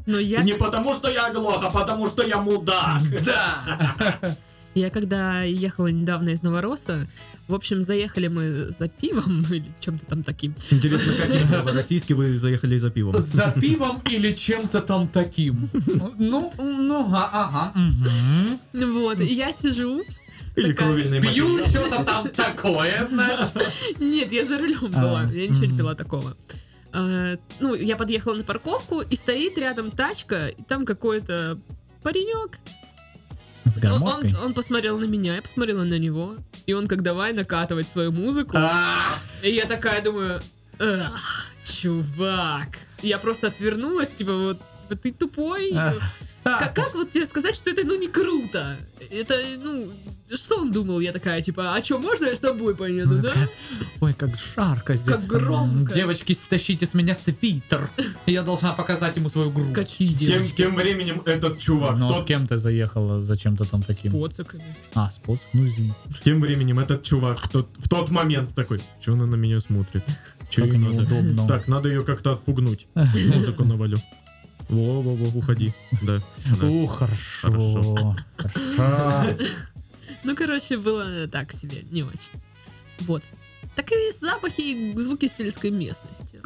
[SPEAKER 1] Но я,
[SPEAKER 3] Не потому, что я глох, а потому, что я мудак.
[SPEAKER 2] Да!
[SPEAKER 1] я когда ехала недавно из Новороса, в общем, заехали мы за пивом или чем-то там таким.
[SPEAKER 3] Интересно, какие российские вы заехали за пивом?
[SPEAKER 2] За пивом или чем-то там таким. Ну, ну, ага, ага. мгм.
[SPEAKER 1] Вот, и я сижу.
[SPEAKER 3] Или
[SPEAKER 1] такая-
[SPEAKER 3] кровельный
[SPEAKER 2] Пью что-то там такое, значит.
[SPEAKER 1] Нет, я за рулем была.
[SPEAKER 2] А,
[SPEAKER 1] Я ничего не
[SPEAKER 2] мгм.
[SPEAKER 1] пила такого. А, Ну, я подъехала на парковку, и стоит рядом тачка, и там какой-то паренек.
[SPEAKER 2] С
[SPEAKER 1] Он, он- он посмотрел на меня, я посмотрела на него. И он как давай накатывать свою музыку.
[SPEAKER 2] А.
[SPEAKER 1] И я такая думаю, ах, чувак. Я просто отвернулась, типа вот ты тупой.
[SPEAKER 2] Ах.
[SPEAKER 1] Как, как вот тебе сказать, что это, ну, не круто? Это, ну, что он думал? Я такая, типа, а что, можно я с тобой поеду,
[SPEAKER 2] Ну,
[SPEAKER 1] да?
[SPEAKER 2] Ой, как жарко здесь.
[SPEAKER 1] Как громко.
[SPEAKER 2] Девочки, стащите с меня свитер. Я должна показать ему свою грудь.
[SPEAKER 1] Какие
[SPEAKER 3] Тем,
[SPEAKER 1] девочки?
[SPEAKER 3] тем временем этот чувак,
[SPEAKER 2] Но а с
[SPEAKER 3] тот-
[SPEAKER 2] кем ты заехала за чем-то там таким?
[SPEAKER 1] Поциками.
[SPEAKER 2] А, с поц- Ну, извини.
[SPEAKER 3] тем временем этот чувак тот- в тот момент такой, что она на меня смотрит? Че
[SPEAKER 2] Как
[SPEAKER 3] ей надо?
[SPEAKER 2] неудобно.
[SPEAKER 3] Так, надо ее как-то отпугнуть. Музыку навалю. Во-во-во, уходи. Да. да.
[SPEAKER 2] О, Ну, хорошо. Хорошо.
[SPEAKER 1] Ну, короче, было так себе, не очень. Вот. Так и запахи и звуки сельской местности.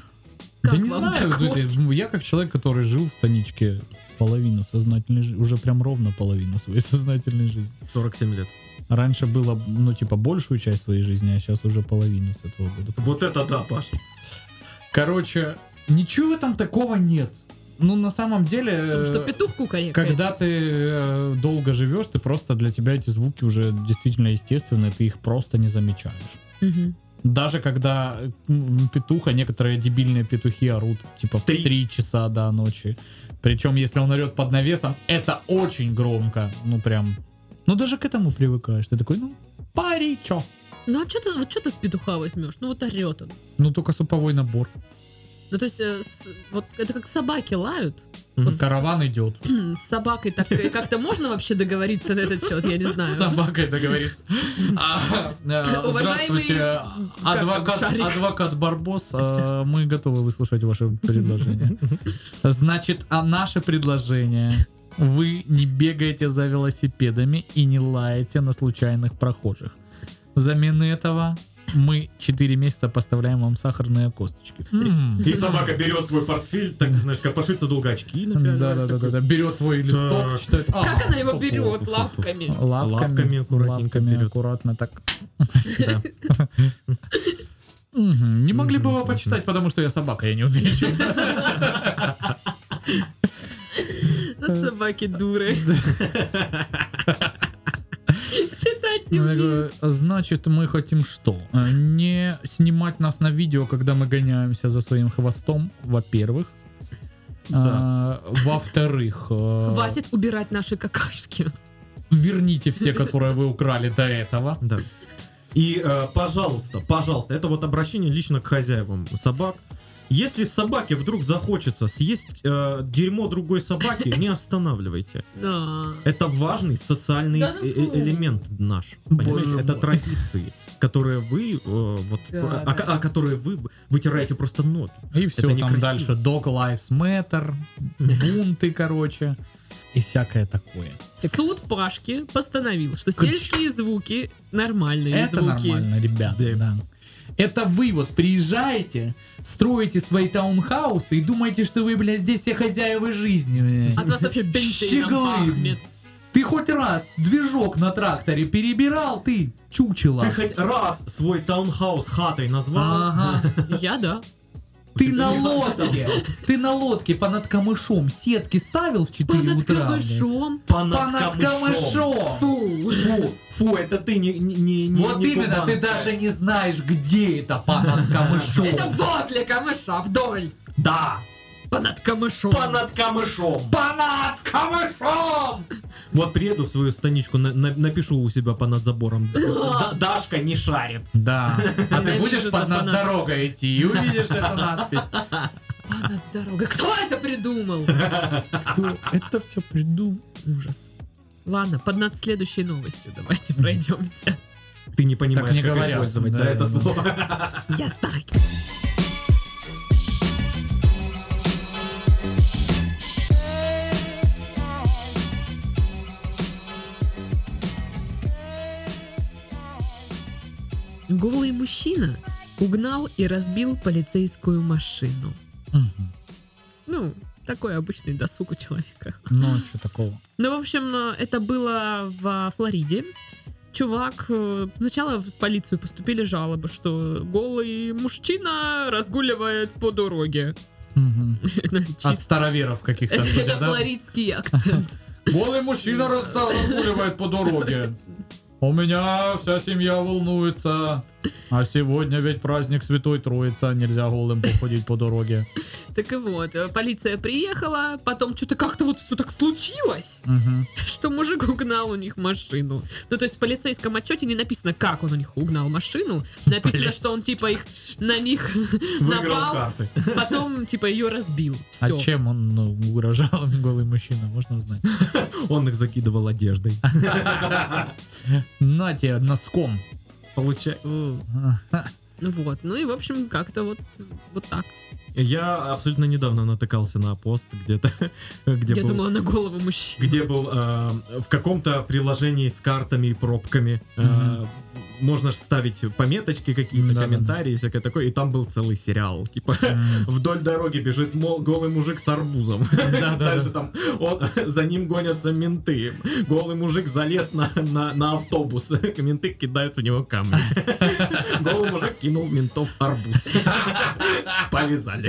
[SPEAKER 1] Как
[SPEAKER 2] Да не
[SPEAKER 1] вам
[SPEAKER 2] знаю,
[SPEAKER 1] такое?
[SPEAKER 2] это- это- я как человек, который жил в станичке половину сознательной жизни, уже прям ровно половину своей сознательной жизни.
[SPEAKER 3] 47 лет.
[SPEAKER 2] Раньше было, ну, типа, большую часть своей жизни, а сейчас уже половину с этого года.
[SPEAKER 3] Вот это да, Паш.
[SPEAKER 2] Короче, ничего там такого нет. Ну, на самом деле...
[SPEAKER 1] Потому что
[SPEAKER 2] э,
[SPEAKER 1] петух кукарекает.
[SPEAKER 2] Когда ты э, долго живешь, ты просто для тебя эти звуки уже действительно естественные, ты их просто не замечаешь.
[SPEAKER 1] Мгм.
[SPEAKER 2] Даже когда э, м, петуха, некоторые дебильные петухи орут, типа в
[SPEAKER 3] Три.
[SPEAKER 2] 3 часа до ночи. Причем, если он орет под навесом, это очень громко. Ну прям. Ну даже к этому привыкаешь. Ты такой, ну, паричо.
[SPEAKER 1] Ну, а что ты, вот чё ты с петуха возьмешь? Ну, вот орет он.
[SPEAKER 2] Ну только суповой набор.
[SPEAKER 1] Ну, то есть, э, с- вот это как собаки лают.
[SPEAKER 3] Мгм.
[SPEAKER 1] Вот с-
[SPEAKER 2] Караван идет.
[SPEAKER 1] М, С собакой так э, как-то можно вообще договориться на этот счет, я не
[SPEAKER 2] С
[SPEAKER 1] знаю.
[SPEAKER 2] собакой договориться. А, э,
[SPEAKER 1] Уважаемый,
[SPEAKER 2] Здравствуйте,
[SPEAKER 1] как там,
[SPEAKER 2] адвокат,
[SPEAKER 1] Шарик?
[SPEAKER 2] адвокат Барбос. э, Мы готовы выслушать ваше предложение. Значит, а наше предложение. Вы не бегаете за велосипедами и не лаете на случайных прохожих. Взамен этого мы 4 месяца поставляем вам сахарные косточки. М.
[SPEAKER 3] И собака берет свой портфель, так, знаешь, копошится долго очки напяливает, такой,
[SPEAKER 2] Да-да-да, берет твой листок,
[SPEAKER 3] Так.
[SPEAKER 2] читает. «А,
[SPEAKER 1] Как она его
[SPEAKER 2] фу-фу».
[SPEAKER 1] берет лапками?
[SPEAKER 2] Лапками,
[SPEAKER 3] Лапками аккуратненько
[SPEAKER 2] лапками
[SPEAKER 3] вперед.
[SPEAKER 2] аккуратно так. Да. Мгм, Не могли бы его почитать, потому что я собака, я не умею читать.
[SPEAKER 1] Вот Собаки дуры. Читать не
[SPEAKER 2] Ну, я
[SPEAKER 1] умею.
[SPEAKER 2] говорю, Значит, мы хотим что? Э, Не снимать нас на видео, когда мы гоняемся за своим хвостом, во-первых. А, Во-вторых, э,
[SPEAKER 1] Хватит убирать наши какашки.
[SPEAKER 2] верните все, которые вы украли до этого.
[SPEAKER 3] Да. И, э, пожалуйста, пожалуйста, это вот обращение лично к хозяевам собак. Если собаке вдруг захочется съесть э, дерьмо другой собаки, не останавливайте.
[SPEAKER 1] Да.
[SPEAKER 3] Это важный социальный
[SPEAKER 1] Да ну
[SPEAKER 3] э- э-
[SPEAKER 1] фу.
[SPEAKER 3] элемент наш.
[SPEAKER 2] Боже
[SPEAKER 3] понимаете?
[SPEAKER 2] мой.
[SPEAKER 3] Это традиции, которые вы э, вот,
[SPEAKER 1] Да,
[SPEAKER 3] а-
[SPEAKER 1] да.
[SPEAKER 3] а которые вы вытираете просто ноги.
[SPEAKER 2] И все там
[SPEAKER 3] некрасиво.
[SPEAKER 2] дальше. Dog Lives Matter, бунты, короче, и всякое такое.
[SPEAKER 1] Суд Пашки постановил, что сельские звуки нормальные
[SPEAKER 2] Это
[SPEAKER 1] звуки.
[SPEAKER 2] нормально, ребят.
[SPEAKER 3] Да.
[SPEAKER 2] Да. Это вы вот приезжаете, строите свои таунхаусы и думаете, что вы, блядь, здесь все хозяева жизни.
[SPEAKER 1] От вас вообще бензином
[SPEAKER 2] Щеглы.
[SPEAKER 1] пахнет.
[SPEAKER 2] Ты хоть раз движок на тракторе перебирал, ты чучело.
[SPEAKER 3] Ты хоть раз свой таунхаус хатой назвал?
[SPEAKER 2] Ага.
[SPEAKER 1] Я да.
[SPEAKER 2] Ты на лодке. Ты на лодке понад камышом сетки ставил в 4
[SPEAKER 1] Понад
[SPEAKER 2] утра. блядь?
[SPEAKER 1] камышом.
[SPEAKER 2] Понад камышом.
[SPEAKER 1] Фу.
[SPEAKER 3] Фу, фу, это ты не... не, не не-
[SPEAKER 2] Вот
[SPEAKER 3] не
[SPEAKER 2] именно, ты
[SPEAKER 3] кубанская.
[SPEAKER 2] даже не знаешь, где это понад камышом.
[SPEAKER 1] Это возле камыша, вдоль.
[SPEAKER 3] Да,
[SPEAKER 1] Понад камышом.
[SPEAKER 3] понад камышом.
[SPEAKER 2] Понад камышом!
[SPEAKER 3] Вот приеду в свою станичку, на- на- напишу у себя понад забором. «Да- Дашка не шарит.
[SPEAKER 2] Да. А ты
[SPEAKER 1] Ненавижу
[SPEAKER 2] будешь
[SPEAKER 1] это
[SPEAKER 2] под над
[SPEAKER 1] понад.
[SPEAKER 2] дорогой идти и увидишь эту надпись.
[SPEAKER 1] Понад дорогой. Кто это придумал?
[SPEAKER 2] Кто это все придумал?
[SPEAKER 1] Ужас. Ладно, под над следующей новостью давайте пройдемся.
[SPEAKER 3] Ты не понимаешь,
[SPEAKER 2] Так не
[SPEAKER 3] как
[SPEAKER 2] говорят.
[SPEAKER 3] использовать
[SPEAKER 2] Да,
[SPEAKER 3] да,
[SPEAKER 2] да,
[SPEAKER 3] это
[SPEAKER 2] да.
[SPEAKER 3] слово.
[SPEAKER 1] Я знаю. Голый мужчина угнал и разбил полицейскую машину. Ну, такой обычный досуг у человека.
[SPEAKER 2] Ну, что такого?
[SPEAKER 1] Ну, в общем, э, это было в Флориде. Чувак, э, сначала в полицию поступили жалобы, что голый мужчина разгуливает по дороге.
[SPEAKER 2] Мгм.
[SPEAKER 1] Это
[SPEAKER 2] От
[SPEAKER 1] чисто-
[SPEAKER 2] староверов каких-то,
[SPEAKER 1] это
[SPEAKER 2] судя, да?
[SPEAKER 1] флоридский акцент.
[SPEAKER 2] Голый мужчина раста- разгуливает по дороге. У меня вся семья волнуется. А сегодня ведь праздник Святой Троицы, а нельзя голым походить по дороге.
[SPEAKER 1] Так и вот, э, полиция приехала, потом что-то как-то вот все так случилось,
[SPEAKER 2] Мгм.
[SPEAKER 1] что мужик угнал у них машину. Ну, то есть в полицейском отчете не написано, как он у них угнал машину, написано, что он типа их на них
[SPEAKER 3] Выиграл
[SPEAKER 1] напал,
[SPEAKER 3] карты.
[SPEAKER 1] потом типа ее разбил.
[SPEAKER 2] А
[SPEAKER 1] Все.
[SPEAKER 2] чем он ну, угрожал голый мужчина, можно узнать?
[SPEAKER 3] Он их закидывал одеждой.
[SPEAKER 2] А. На тебе носком.
[SPEAKER 3] Получай.
[SPEAKER 1] Ну Вот, ну и в общем как-то вот вот так.
[SPEAKER 3] Я абсолютно недавно натыкался на пост где-то, где
[SPEAKER 1] Я
[SPEAKER 3] был...
[SPEAKER 1] думала на голову мужчины.
[SPEAKER 3] Где был э, в каком-то приложении с картами и пробками. э,
[SPEAKER 2] Мгм.
[SPEAKER 3] можно ж ставить пометочки какие-то,
[SPEAKER 2] Да-да-да.
[SPEAKER 3] комментарии, и всякое такое. И там был целый сериал. Типа,
[SPEAKER 2] М.
[SPEAKER 3] Вдоль дороги бежит мо- голый мужик с арбузом.
[SPEAKER 2] Да-да-да.
[SPEAKER 3] Дальше там он, за ним гонятся менты. Голый мужик залез на, на, на автобус. Менты кидают в него камни. Голый мужик кинул в ментов арбуз. Повязали.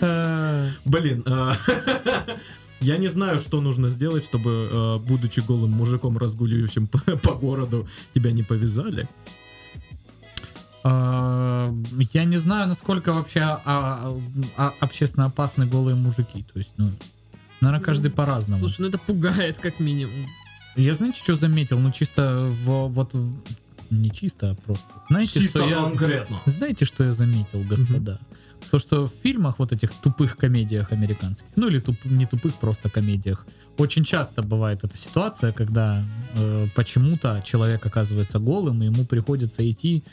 [SPEAKER 2] Э,
[SPEAKER 3] Блин, э, я не знаю, что нужно сделать, чтобы, э, будучи голым мужиком, разгуливающим по, по городу, тебя не повязали.
[SPEAKER 2] А, Я не знаю, насколько вообще а, а, а, общественно опасны голые мужики. То есть, ну, наверное, каждый
[SPEAKER 1] Ну,
[SPEAKER 2] по-разному.
[SPEAKER 1] Слушай, ну это пугает как минимум.
[SPEAKER 2] Я знаете, что заметил? Ну, чисто в, вот... в- Не чисто, а просто. Знаете, что я...
[SPEAKER 3] конкретно.
[SPEAKER 2] Знаете, что я заметил, господа? То, что в фильмах, вот этих тупых комедиях американских, ну или туп- не тупых, просто комедиях, очень часто бывает эта ситуация, когда э, почему-то человек оказывается голым, и ему приходится идти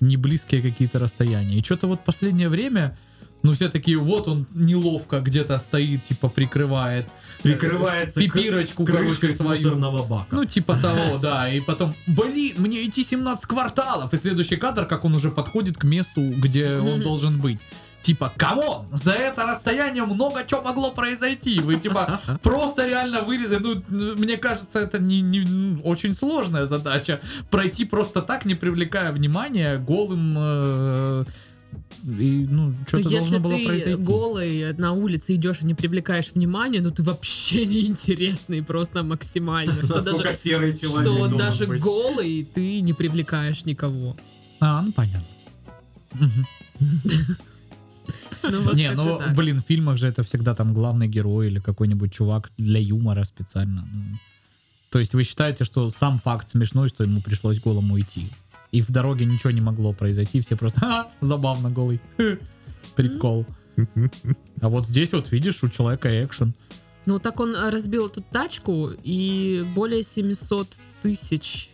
[SPEAKER 2] неблизкие какие-то расстояния. И что-то вот последнее время Ну все такие, вот он неловко где-то стоит, типа прикрывает. э,
[SPEAKER 3] Прикрывается кры-
[SPEAKER 2] Пипирочку,
[SPEAKER 3] крышкой
[SPEAKER 2] короче,
[SPEAKER 3] с
[SPEAKER 2] свою.
[SPEAKER 3] мусорного бака.
[SPEAKER 2] Ну, типа того, да. И потом, блин, мне идти 17 кварталов. И следующий кадр, как он уже подходит к месту, где он
[SPEAKER 1] Мгм.
[SPEAKER 2] должен быть. Типа, камон, за это расстояние много чего могло произойти. Вы, типа, просто реально вырезали. Ну, мне кажется, это не, не- очень сложная задача. Пройти просто так, не привлекая внимания, голым... э, и, ну, что-то
[SPEAKER 1] Ну,
[SPEAKER 2] должно было
[SPEAKER 1] ты
[SPEAKER 2] произойти.
[SPEAKER 1] голый на улице идешь и не привлекаешь внимания, ну ты вообще неинтересный просто максимально. Что
[SPEAKER 3] Насколько
[SPEAKER 1] даже,
[SPEAKER 3] серый человек
[SPEAKER 1] что
[SPEAKER 3] должен
[SPEAKER 1] даже
[SPEAKER 3] быть.
[SPEAKER 1] голый ты не привлекаешь никого.
[SPEAKER 2] А, ну понятно. Мгм.
[SPEAKER 1] Ну, вот
[SPEAKER 2] не,
[SPEAKER 1] как-то
[SPEAKER 2] ну,
[SPEAKER 1] так.
[SPEAKER 2] блин, в фильмах же это всегда там главный герой или какой-нибудь чувак для юмора специально. Ну, То есть вы считаете, что сам факт смешной, что ему пришлось голому идти? И в дороге ничего не могло произойти, все просто «Ха, забавно голый. Прикол. А вот здесь вот видишь, у человека экшен.
[SPEAKER 1] Ну, так он а, разбил эту тачку и более 700 тысяч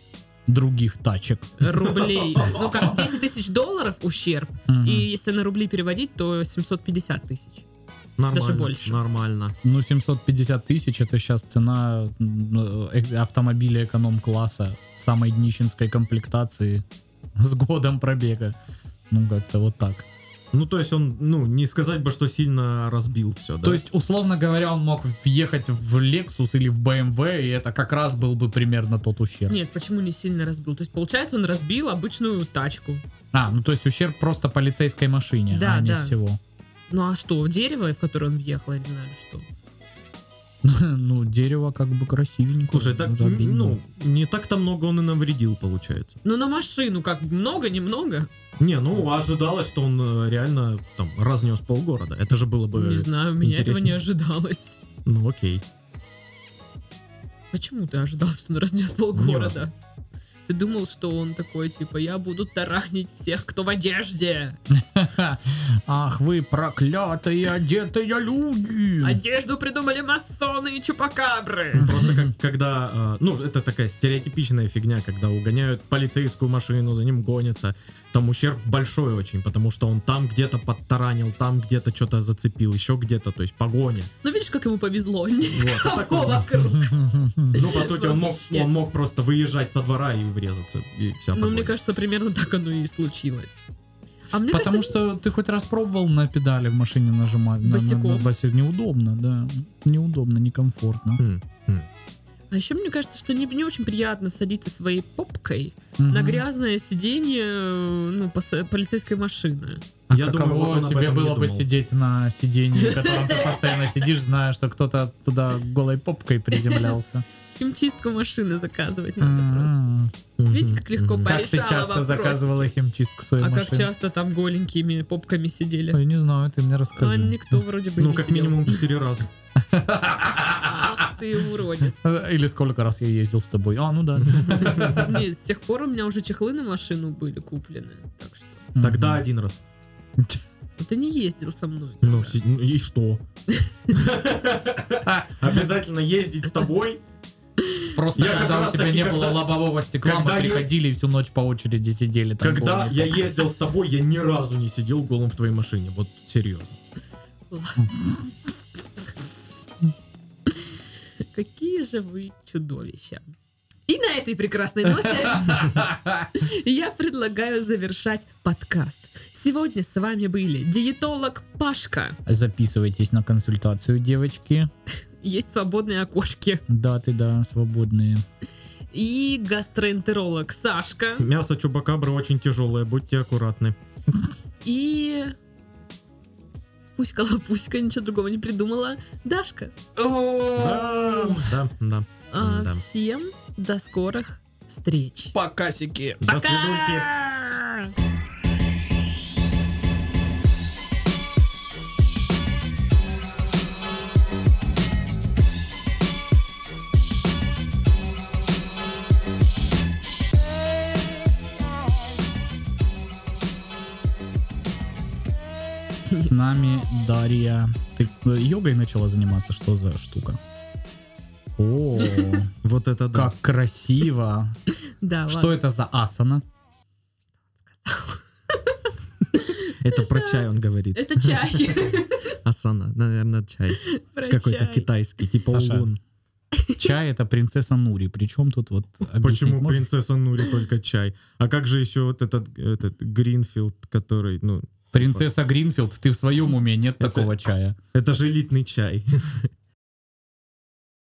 [SPEAKER 2] Других тачек.
[SPEAKER 1] рублей. Ну, как 10 тысяч долларов ущерб.
[SPEAKER 2] Мгм.
[SPEAKER 1] И если на рубли переводить, то 750 тысяч.
[SPEAKER 3] Нормально,
[SPEAKER 1] даже больше.
[SPEAKER 3] Нормально.
[SPEAKER 2] Ну, 750 тысяч это сейчас цена м, э, автомобиля эконом-класса самой днищенской комплектации с годом пробега. Ну, как-то вот так.
[SPEAKER 3] Ну, то есть он, ну, не сказать бы, что сильно разбил все, да?
[SPEAKER 2] То есть, условно говоря, он мог въехать в Lexus или в BMW, и это как раз был бы примерно тот ущерб.
[SPEAKER 1] Нет, почему не сильно разбил? То есть, получается, он разбил обычную тачку.
[SPEAKER 2] А, ну то есть ущерб просто полицейской машине,
[SPEAKER 1] Да,
[SPEAKER 2] а не
[SPEAKER 1] да.
[SPEAKER 2] всего.
[SPEAKER 1] Ну а что, дерево, в которое он въехал, я не знаю, что.
[SPEAKER 2] Ну, дерево как бы красивенько.
[SPEAKER 3] Слушай, так,
[SPEAKER 2] забить
[SPEAKER 3] м,
[SPEAKER 2] бы.
[SPEAKER 3] ну, не так-то много он и навредил, получается.
[SPEAKER 1] Ну на машину как бы много, немного.
[SPEAKER 3] Не, ну, ожидалось, что он э, реально там разнес полгорода. Это же было бы...
[SPEAKER 1] Не знаю, меня этого не
[SPEAKER 3] интереснее.
[SPEAKER 1] ожидалось.
[SPEAKER 3] Ну, окей.
[SPEAKER 1] Почему ты ожидал, что он разнес полгорода? Ты думал, что он такой, типа, я буду таранить всех, кто в одежде.
[SPEAKER 2] Ах, вы проклятые одетые люди!
[SPEAKER 1] Одежду придумали масоны и чупакабры.
[SPEAKER 3] Просто как, когда, э, ну, это такая стереотипичная фигня, когда угоняют полицейскую машину, за ним гонятся. Там ущерб большой очень, потому что он там где-то подтаранил, там где-то что-то зацепил, еще где-то, то есть погоня.
[SPEAKER 1] Ну видишь, как ему повезло.
[SPEAKER 3] Вот.
[SPEAKER 1] Никого вокруг.
[SPEAKER 3] Ну, по сути, он мог,
[SPEAKER 1] Вообще.
[SPEAKER 3] он мог просто выезжать со двора и врезаться, и вся
[SPEAKER 1] Ну, мне
[SPEAKER 3] погоня.
[SPEAKER 1] кажется, примерно так оно и случилось. А мне
[SPEAKER 2] Потому
[SPEAKER 1] кажется,
[SPEAKER 2] что ты хоть раз пробовал на педали в машине нажимать? На- на-
[SPEAKER 1] Босиком.
[SPEAKER 2] на босик? Неудобно, да. Неудобно, некомфортно.
[SPEAKER 3] М, м.
[SPEAKER 1] а еще мне кажется, что не, не очень приятно садиться своей попкой на
[SPEAKER 2] Мгм.
[SPEAKER 1] грязное сиденье э, ну, пос- полицейской машины.
[SPEAKER 2] А
[SPEAKER 3] Я
[SPEAKER 2] каково
[SPEAKER 3] думаю, вот он об
[SPEAKER 2] тебе
[SPEAKER 3] этом не
[SPEAKER 2] было бы
[SPEAKER 3] думал.
[SPEAKER 2] сидеть на сиденье, в котором ты постоянно сидишь, зная, что кто-то туда голой попкой приземлялся?
[SPEAKER 1] Химчистку машины заказывать надо просто.
[SPEAKER 2] М.
[SPEAKER 1] Видите, как легко
[SPEAKER 3] Мгм.
[SPEAKER 2] Как ты
[SPEAKER 1] Порешала
[SPEAKER 2] часто
[SPEAKER 1] вопрос.
[SPEAKER 2] заказывала химчистку своей
[SPEAKER 1] А как
[SPEAKER 2] машины?
[SPEAKER 1] часто там голенькими попками сидели?
[SPEAKER 2] Я не знаю, ты мне
[SPEAKER 1] А
[SPEAKER 2] расскажи.
[SPEAKER 1] никто вроде бы
[SPEAKER 3] Ну,
[SPEAKER 1] не
[SPEAKER 3] как
[SPEAKER 1] сидел.
[SPEAKER 3] минимум четыре раза.
[SPEAKER 1] Ах ты уродец.
[SPEAKER 2] Э, Или сколько раз я ездил с тобой? А, ну да.
[SPEAKER 1] Нет, с тех пор у меня уже чехлы на машину были куплены. Так что.
[SPEAKER 3] Тогда один раз.
[SPEAKER 1] Ну, Ты не ездил со мной.
[SPEAKER 3] Ну, си- ну, и что? Обязательно ездить с тобой?
[SPEAKER 2] Просто
[SPEAKER 3] Я как
[SPEAKER 2] когда у
[SPEAKER 3] раз
[SPEAKER 2] тебя
[SPEAKER 3] таки,
[SPEAKER 2] не было
[SPEAKER 3] когда-
[SPEAKER 2] лобового стекла, мы
[SPEAKER 3] когда я-
[SPEAKER 2] приходили и всю ночь по очереди сидели. там
[SPEAKER 3] Когда
[SPEAKER 2] голыми
[SPEAKER 3] я
[SPEAKER 2] попкой.
[SPEAKER 3] ездил с тобой, я ни разу не сидел голым в твоей машине. Вот серьезно.
[SPEAKER 1] Какие же вы чудовища. И на этой прекрасной ноте я предлагаю завершать подкаст. Сегодня с вами были диетолог Пашка.
[SPEAKER 2] Записывайтесь на консультацию, девочки.
[SPEAKER 1] Есть свободные окошки.
[SPEAKER 2] Даты, да, свободные.
[SPEAKER 1] И гастроэнтеролог Сашка.
[SPEAKER 3] Мясо чубакабры очень тяжелое, будьте аккуратны.
[SPEAKER 1] И... Пуська-лапуська, ничего другого не придумала. Дашка.
[SPEAKER 3] Да, да, да.
[SPEAKER 1] А,
[SPEAKER 3] Да.
[SPEAKER 1] Всем до скорых встреч.
[SPEAKER 2] Покасики.
[SPEAKER 3] До следульки.
[SPEAKER 2] С нами Дарья. Ты э, йогой начала заниматься? Что за штука? О,
[SPEAKER 3] Вот это да.
[SPEAKER 2] как красиво.
[SPEAKER 1] Да,
[SPEAKER 2] Что это за асана?
[SPEAKER 3] Это про чай он говорит.
[SPEAKER 1] Это чай.
[SPEAKER 3] Асана, наверное, чай.
[SPEAKER 1] Про
[SPEAKER 3] Какой-то
[SPEAKER 1] чай.
[SPEAKER 3] китайский, типа
[SPEAKER 2] Саша,
[SPEAKER 3] улун.
[SPEAKER 2] Чай это принцесса Нури. Причем тут вот объяснить
[SPEAKER 3] Почему
[SPEAKER 2] можно?
[SPEAKER 3] принцесса Нури только чай? А как же еще вот этот, этот Гринфилд, который, ну,
[SPEAKER 2] Принцесса Гринфилд, ты в своем уме нет такого чая.
[SPEAKER 3] это же элитный чай.